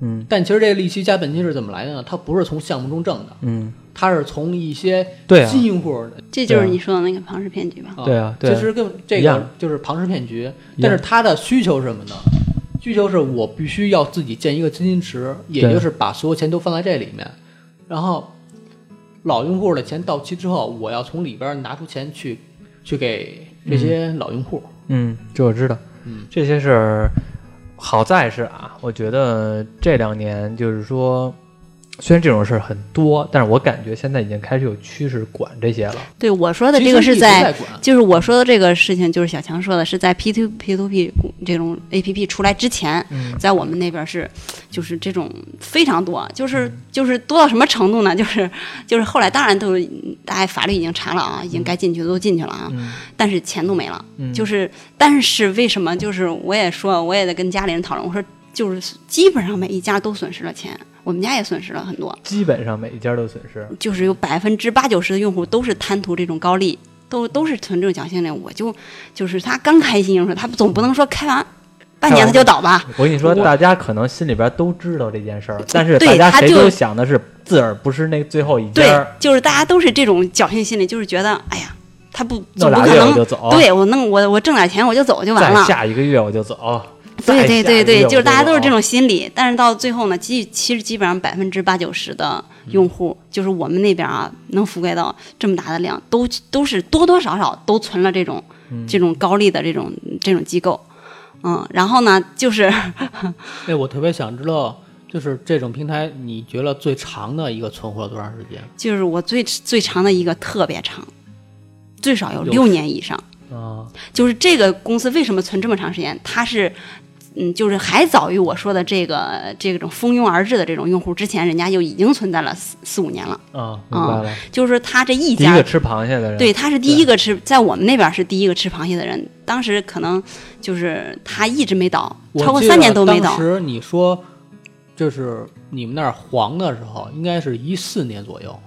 Speaker 1: 嗯
Speaker 2: 但其实这个利息加本金是怎么来的呢？它不是从项目中挣的，
Speaker 1: 嗯
Speaker 2: 它是从一些
Speaker 1: 对啊
Speaker 2: 新用户儿
Speaker 3: 这就是
Speaker 1: 对啊
Speaker 3: 你说的那个庞氏骗局吧？
Speaker 1: 对啊对啊
Speaker 2: 其实跟这
Speaker 1: 一样
Speaker 2: 个就是庞氏骗局
Speaker 1: 一样，
Speaker 2: 但是它的需求是什么呢？需求是我必须要自己建一个资金池，也
Speaker 1: 对
Speaker 2: 就是把所有钱都放在这里面，然后老用户的钱到期之后，我要从里边拿出钱去去给这些老用户。
Speaker 1: 嗯，这我知道。
Speaker 2: 嗯，
Speaker 1: 这些事儿好在是啊，我觉得这两年就是说，虽然这种事儿很多，但是我感觉现在已经开始有趋势管这些了。
Speaker 3: 对我说的这个
Speaker 2: 其实一
Speaker 3: 是
Speaker 2: 直
Speaker 3: 在
Speaker 2: 在管，
Speaker 3: 就是我说的这个事情，就是小强说的是在 P to P to P 这种 A P P 出来之前，
Speaker 1: 嗯
Speaker 3: 在我们那边是就是这种非常多，就是就是多到什么程度呢？就是就是后来当然都是大家法律已经查了啊，已经该进去的都进去了啊，
Speaker 1: 嗯
Speaker 3: 但是钱都没了。
Speaker 1: 嗯，
Speaker 3: 就是，但是为什么？就是我也说，我也在跟家里人讨论，我说就是基本上每一家都损失了钱，我们家也损失了很多，
Speaker 1: 基本上每一家都损失。
Speaker 3: 就是有百分之八九十的用户都是贪图这种高利，都都是存这种侥幸的。我就就是他刚开心的时候，他总不能说开完半年他就倒吧？
Speaker 1: 我跟你说，
Speaker 2: 我
Speaker 1: 大家可能心里边都知道这件事儿，但是大
Speaker 3: 对
Speaker 1: 家
Speaker 3: 他
Speaker 1: 谁
Speaker 3: 就
Speaker 1: 都想的是自个儿不是那最后一家
Speaker 3: 对
Speaker 1: 儿，，
Speaker 3: 就是大家都是这种侥幸心理，就是觉得哎呀，他不
Speaker 1: 弄
Speaker 3: 总不
Speaker 1: 俩
Speaker 3: 可
Speaker 1: 月我
Speaker 3: 能
Speaker 1: 就，走，
Speaker 3: 对我弄我我挣点钱我就走就完
Speaker 1: 再
Speaker 3: 了。
Speaker 1: 下一个月我就走。
Speaker 3: 对
Speaker 1: 再下啊一
Speaker 3: 对对
Speaker 1: 个月
Speaker 3: 对，
Speaker 1: 我
Speaker 3: 就是大家
Speaker 1: 就
Speaker 3: 都是这
Speaker 1: 走
Speaker 3: 种心理，但是到最后呢，基其实基本上百分之八九十的
Speaker 1: 嗯
Speaker 3: 用户，就是我们那边啊，能覆盖到这么大的量，都都是多多少少都存了这种、
Speaker 1: 嗯
Speaker 3: 这种高利的这种这种机构，嗯，然后呢，就是
Speaker 2: 哎，我特别想知道，就是这种平台，你觉得最长的一个存活多长时间？
Speaker 3: 就是我最最长的一个特别长，最少有
Speaker 2: 有
Speaker 3: 六年以上。
Speaker 1: 啊，
Speaker 3: 就是这个公司为什么存这么长时间？它是，嗯，就是还早于我说的这个这种蜂拥而至的这种用户之前，人家就已经存在了四四五年了。
Speaker 1: 啊，明白了。
Speaker 3: 就是说他这嗯一
Speaker 1: 第一
Speaker 3: 家
Speaker 1: 个，吃螃蟹的人，
Speaker 3: 对，他是第一个吃，在我们那边是第一个吃螃蟹的人。当时可能就是他一直没倒，
Speaker 2: 我
Speaker 3: 超过
Speaker 2: 记
Speaker 3: 三
Speaker 2: 得
Speaker 3: 年都没
Speaker 2: 当
Speaker 3: 倒。
Speaker 2: 时你说，就是你们那儿黄的时候，应该是一四年左右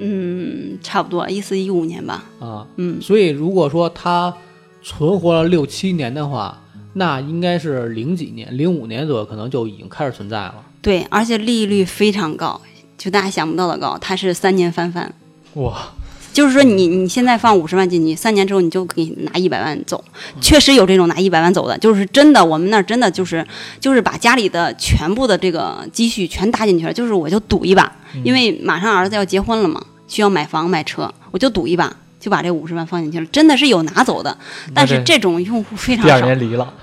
Speaker 3: 嗯，差不多一四一五年吧。
Speaker 2: 啊。
Speaker 3: 嗯，
Speaker 2: 所以如果说它存活了六七年的话，那应该是零几年、零五年左右可能就已经开始存在了。
Speaker 3: 对，而且利率非常高，就大家想不到的高，它是三年翻番。
Speaker 1: 哇，
Speaker 3: 就是说你，你现在放五十万进去，三年之后你就可以拿一百万走。
Speaker 1: 嗯
Speaker 3: 确实有这种拿一百万走的，就是真的，我们那儿真的就是就是把家里的全部的这个积蓄全搭进去了，就是我就赌一把，
Speaker 1: 嗯
Speaker 3: 因为马上儿子要结婚了嘛，需要买房买车，我就赌一把。就把这五十万放进去了，真的是有拿走的，但
Speaker 1: 嗯
Speaker 3: 是
Speaker 1: 那这
Speaker 3: 这种用户非常
Speaker 1: 第二
Speaker 3: 少。
Speaker 1: 年离了，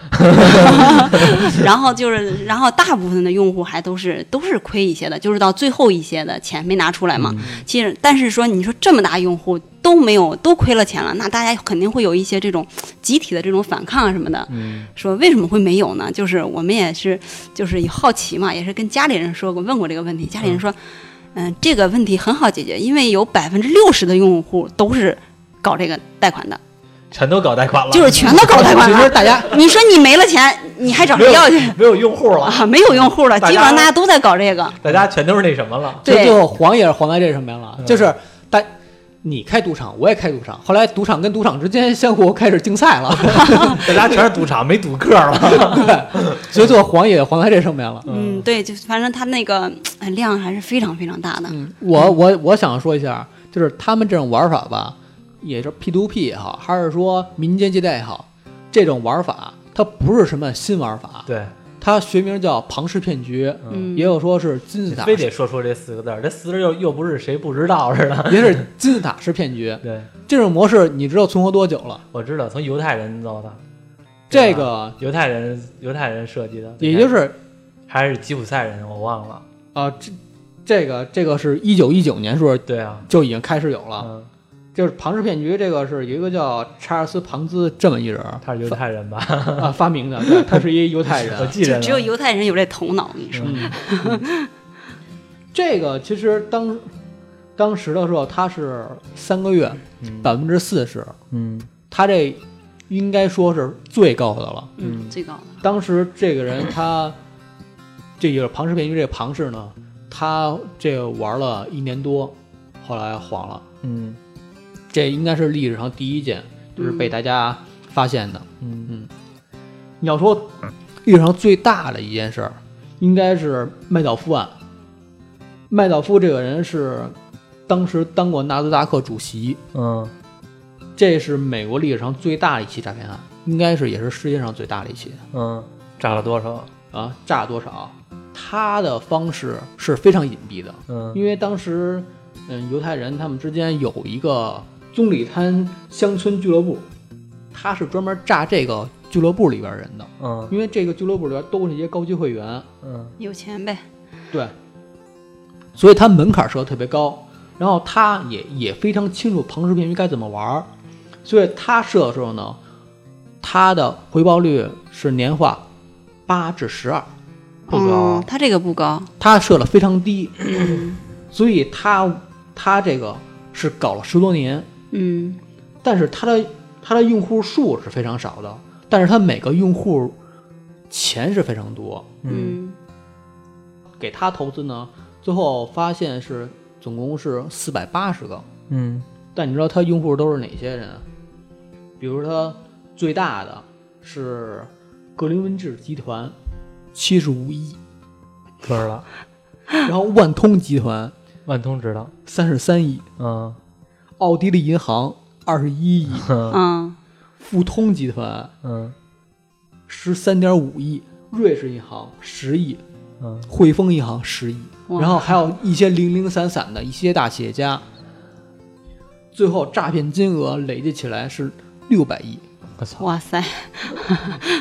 Speaker 3: 然后就是，然后大部分的用户还都是都是亏一些的，就是到最后一些的钱没拿出来嘛。其实，但是说你说这么大用户都没有都亏了钱了，那大家肯定会有一些这种集体的这种反抗啊什么的。
Speaker 1: 嗯，
Speaker 3: 说为什么会没有呢？就是我们也是 就是也好奇嘛，也是跟家里人说过问过这个问题，家里人说，嗯、这个问题很好解决，因为有百分之六十的用户都是搞这个贷款的，
Speaker 1: 全都搞贷款了，
Speaker 3: 就是全都搞贷款
Speaker 2: 其实
Speaker 3: 了。
Speaker 2: 大 家
Speaker 3: 你说你没了钱，你还找
Speaker 1: 没
Speaker 3: 谁
Speaker 1: 有
Speaker 3: 要去？
Speaker 1: 没有用户了，
Speaker 3: 啊，没有用户了，
Speaker 1: 大家
Speaker 3: 基本上大家都在搞这个。
Speaker 1: 大家全都是那什么 了，
Speaker 2: 就
Speaker 3: 对
Speaker 2: 最后黄也是黄在这上面了，
Speaker 1: 嗯
Speaker 2: 就是大。你开赌场，我也开赌场。后来赌场跟赌场之间相互开始竞赛了，
Speaker 1: 大家全是赌场，没赌客 了，
Speaker 2: 所以最后黄也黄在这上面了。
Speaker 3: 嗯，对，就反正它那个呃量还是非常非常大的。
Speaker 2: 嗯，我我我想说一下，就是他们这种玩法吧，也就是 P to P 也好，还是说民间借贷也好，这种玩法它不是什么新玩法，
Speaker 1: 对，
Speaker 2: 它学名叫庞氏骗局，
Speaker 3: 嗯，
Speaker 2: 也有说是金字塔，
Speaker 1: 非得说出这四个字儿，这四个字儿又又不是谁不知道似 的，
Speaker 2: 也是金字塔式骗局。
Speaker 1: 对，
Speaker 2: 这种模式你知道存活多久了？
Speaker 1: 我知道，从犹太人造的，
Speaker 2: 这
Speaker 1: 对吧啊
Speaker 2: 个
Speaker 1: 犹太人犹太人设计的，
Speaker 2: 也就是是
Speaker 1: 还是吉普赛人，我忘了，
Speaker 2: 啊，这这个这个是一九一九年时候
Speaker 1: 对啊，
Speaker 2: 就已经开始有了，
Speaker 1: 嗯，
Speaker 2: 就是庞氏骗局，这个是有一个叫查尔斯庞兹这么一人儿
Speaker 1: 他是犹太人吧？
Speaker 2: 发 啊发明的，对他是一犹太 人
Speaker 1: 我。记着
Speaker 3: 就
Speaker 1: 呢嗯
Speaker 3: 只有犹太人有这头脑，我跟你说。
Speaker 2: 嗯，这个其实当当时的时候，它是三个月
Speaker 1: 嗯
Speaker 2: 百分之四十，
Speaker 1: 嗯
Speaker 2: 它这应该说是最高的了。
Speaker 1: 嗯
Speaker 3: 嗯，最高的。
Speaker 2: 当时这个人他这个庞氏骗局，这个庞氏呢，他这个玩了一年多，后来黄了。
Speaker 1: 嗯
Speaker 2: 这应该是历史上第一件，就是被大家发现的。
Speaker 1: 嗯
Speaker 2: 你要说历史上最大的一件事儿，应该是麦道夫案。麦道夫这个人是当时当过纳斯达克主席，
Speaker 1: 嗯
Speaker 2: 这是美国历史上最大的一起诈骗案，应该是也是世界上最大的一起。
Speaker 1: 嗯，炸了多少？
Speaker 2: 啊炸多少，他的方式是非常隐蔽的，
Speaker 1: 嗯
Speaker 2: 因为当时嗯犹太人他们之间有一个棕榈滩乡村俱乐部，他是专门炸这个俱乐部里边人的，
Speaker 1: 嗯
Speaker 2: 因为这个俱乐部里边都是一些高级会员，
Speaker 1: 嗯
Speaker 3: 有钱呗，
Speaker 2: 对，所以他门槛设的特别高，然后他也也非常清楚庞氏骗局该怎么玩儿，所以他设的时候呢，他的回报率是年化八至十二，
Speaker 1: 不高
Speaker 3: 嗯，他这个不高，
Speaker 2: 他设的非常低，所以他他这个是搞了十多年，
Speaker 3: 嗯
Speaker 2: 但是它的它的用户数是非常少的，但是它每个用户钱是非常多，
Speaker 1: 嗯
Speaker 3: 嗯
Speaker 2: 给他投资呢，最后发现是总共是四百八十个，
Speaker 1: 嗯
Speaker 2: 但你知道他用户都是哪些人？比如他最大的是格林威治集团，七十五亿，
Speaker 1: 不知道，
Speaker 2: 然后万通集团
Speaker 1: 万通知道，
Speaker 2: 三十三亿，
Speaker 1: 嗯
Speaker 2: 奥地利银行二十一亿，
Speaker 1: 嗯
Speaker 3: 嗯
Speaker 2: 富通集团
Speaker 1: 嗯
Speaker 2: 十三点五亿，瑞士银行十亿，
Speaker 1: 嗯
Speaker 2: 汇丰银行十亿，
Speaker 3: 哇
Speaker 2: 然后还有一些零零散散的一些大企业家，最后诈骗金额累计起来是六百亿。
Speaker 1: 我操，
Speaker 3: 哇塞，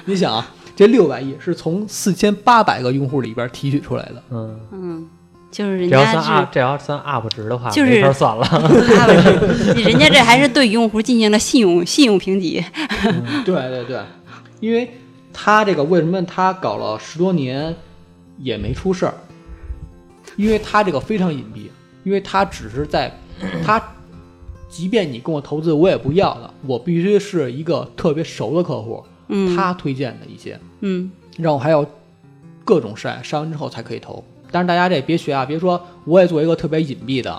Speaker 2: 你想啊，这六百亿是从四千八百个用户里边提取出来的，
Speaker 1: 嗯，
Speaker 3: 嗯，就是
Speaker 1: 这
Speaker 3: 人
Speaker 1: 要算
Speaker 3: 家
Speaker 1: up，
Speaker 3: 是
Speaker 1: 这要算 up 值的话，
Speaker 3: 就是
Speaker 1: 没法算了。
Speaker 3: 他们是 人家这还是对用户进行了信用信用评级，
Speaker 2: 对对对，因为他这个为什么他搞了十多年也没出事儿？因为他这个非常隐蔽，因为他只 是在他，即便你跟我投资，我也不要了，我必须是一个特别熟的客户，
Speaker 3: 嗯
Speaker 2: 他推荐的一些，
Speaker 3: 嗯
Speaker 2: 然后还有各种筛，筛完之后才可以投。但是大家这也别学啊，别说我也做一个特别隐蔽的。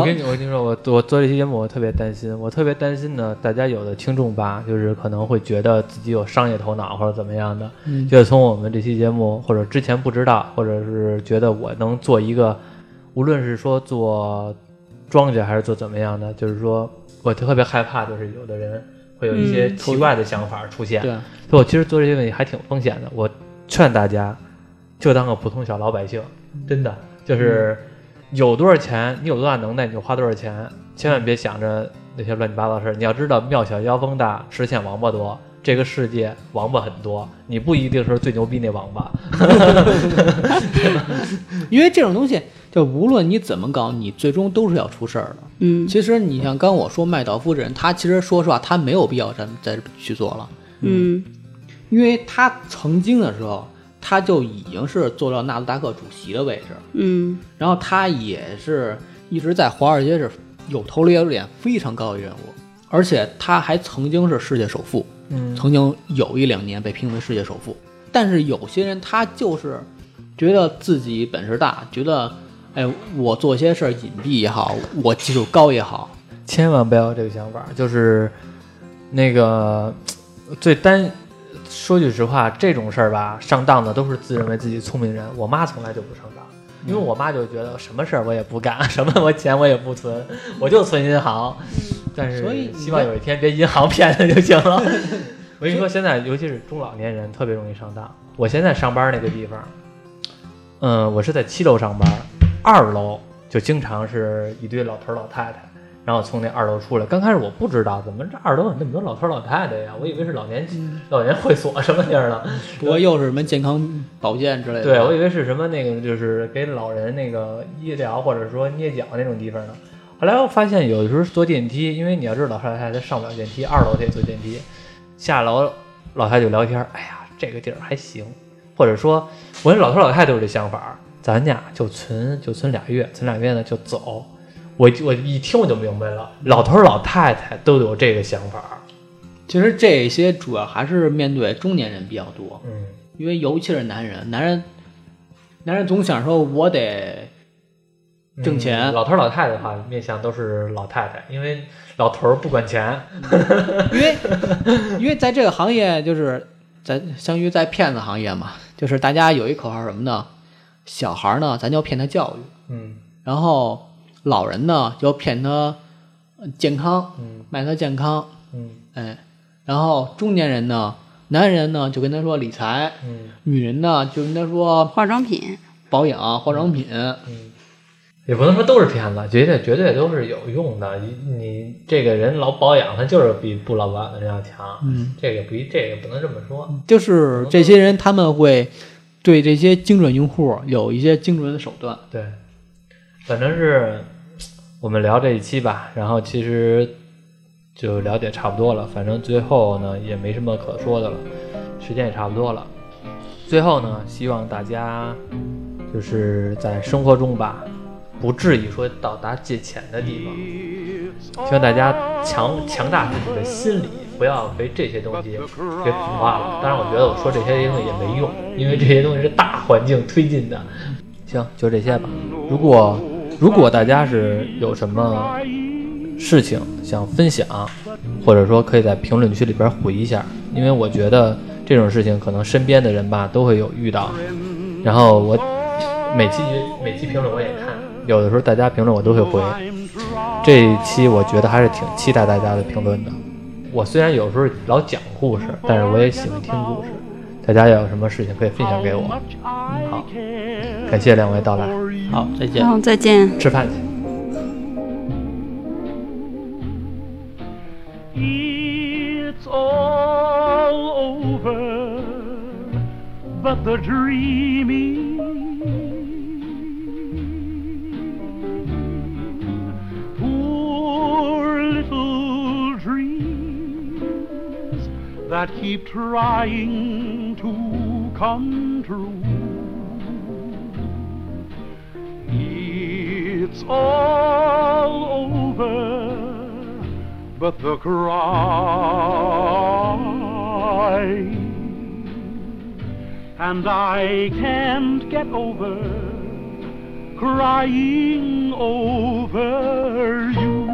Speaker 1: 我
Speaker 2: 后
Speaker 1: 跟你我跟你说，我我做这期节目，我特别担心，我特别担心呢，大家有的听众吧，就是可能会觉得自己有商业头脑或者怎么样的，
Speaker 2: 嗯
Speaker 1: 就是从我们这期节目或者之前不知道，或者是觉得我能做一个，无论是说做庄稼还是做怎么样的，就是说我特别害怕，就是有的人会有一些
Speaker 3: 嗯
Speaker 1: 奇怪的想法出现。
Speaker 2: 对，
Speaker 1: 所以我其实做这些问题还挺风险的。我劝大家，就当个普通小老百姓，真的就是有多少钱，你有多大能耐，你就花多少钱，千万别想着那些乱七八糟的事儿。你要知道，庙小妖风大，池浅王八多。这个世界王八很多，你不一定是最牛逼那王八。
Speaker 2: 因为这种东西，就无论你怎么搞，你最终都是要出事儿的。
Speaker 3: 嗯
Speaker 2: 其实你像刚我说麦道夫这人，他其实说实话，他没有必要在在这去做了，
Speaker 3: 嗯
Speaker 2: 因为他曾经的时候，他就已经是做到纳斯达克主席的位置，
Speaker 3: 嗯
Speaker 2: 然后他也是一直在华尔街是有头有脸非常高的人物，而且他还曾经是世界首富，
Speaker 1: 嗯
Speaker 2: 曾经有一两年被评为世界首富。但是有些人他就是觉得自己本事大，觉得哎，我做些事儿隐蔽也好，我技术高也好，
Speaker 1: 千万不要有这个想法，就是那个最担。说句实话，这种事儿吧，上当的都是自认为自己聪明人。我妈从来就不上当，因为我妈就觉得什么事儿我也不干， 什么我钱我也不存，我就存银行。
Speaker 3: 嗯
Speaker 1: 但是
Speaker 2: 所以你
Speaker 1: 希望有一天别银行骗了就行了。 我跟你说，现在尤其是中老年人特别容易上当。我现在上班那个地方，嗯，我是在七楼上班，二楼就经常是一堆老头儿老太太，然后从那二楼出来。刚开始我不知道怎么这二楼有那么多老头儿老太太呀，我以为是老年老年会所什么地儿呢。
Speaker 2: 不过又是什么健康保健之类的。
Speaker 1: 对，我以为是什么那个就是给老人那个医疗或者说捏脚那种地方呢。后来我发现有的时候坐电梯，因为你要知道老太太她上不了电梯，二楼得坐电梯，下楼老太太就聊天儿，哎呀，这个地儿还行，或者说我跟老头老太太有这想法儿，咱俩就存就存俩月，存俩月呢就走。我我一听我就明白了，老头老太太都有这个想法儿。
Speaker 2: 其实这些主要还是面对中年人比较多，
Speaker 1: 嗯
Speaker 2: 因为尤其是男人，男人，男人总想说我得挣钱
Speaker 1: 嗯老头老太太的话，面向都是老太太，因为老头儿不管钱。
Speaker 2: 因为 因为在这个行业，就是咱相当于在骗子行业嘛，就是大家有一口号是什么呢？小孩儿呢，咱就骗他教育；
Speaker 1: 嗯
Speaker 2: 然后老人呢，就骗他呃健康，
Speaker 1: 嗯
Speaker 2: 卖他健康，
Speaker 1: 嗯
Speaker 2: 哎，然后中年人呢，男人呢就跟他说理财，
Speaker 1: 嗯
Speaker 2: 女人呢就跟他说
Speaker 3: 化妆品，
Speaker 2: 保养、啊化妆品。
Speaker 1: 嗯，也不能说都是骗子，绝对绝对都是有用的。你你这个人老保养，他就是比不老保养的人要强，
Speaker 2: 嗯，
Speaker 1: 这个不一这个不能这么说。
Speaker 2: 就是这些人他们会对这些精准用户有一些精准的手段。
Speaker 1: 对，反正是我们聊这一期吧，然后其实就了解差不多了，反正最后呢也没什么可说的了，时间也差不多了。最后呢，希望大家就是在生活中吧，不至于说到达借钱的地方。希望大家强强大自己的心理，不要被这些东西给腐化了。当然，我觉得我说这些东西也没用，因为这些东西是大环境推进的。行，就这些吧。如果如果大家是有什么事情想分享，或者说可以在评论区里边回一下，因为我觉得这种事情可能身边的人吧都会有遇到。然后我每期每期评论我也看，有的时候大家评论我都会回。这一期我觉得还是挺期待大家的评论的。我虽然有时候老讲故事，但是我也喜欢听故事。大家要有什么事情可以分享给我。好，感谢两位到来，
Speaker 2: 好，再见
Speaker 3: 然。后再见。
Speaker 1: 吃饭去。
Speaker 4: It's all over, but the dreaming. Poor little dreams that keep trying to come true. It's all over, but the cry. And I can't get over crying over you.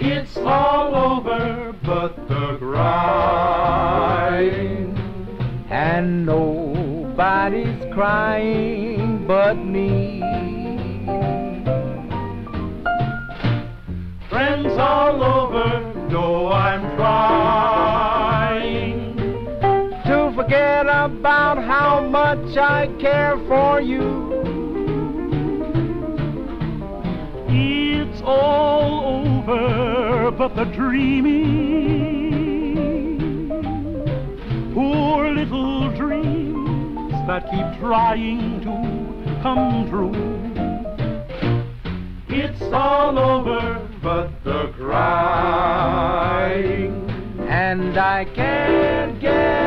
Speaker 4: It's all over, but the cry. And nobody's crying but me. Friends all over know I'm trying to forget about how much I care for you. It's all over, but the dreaming poor little dreams that keep trying to come true. It's all over but the crying, and I can't get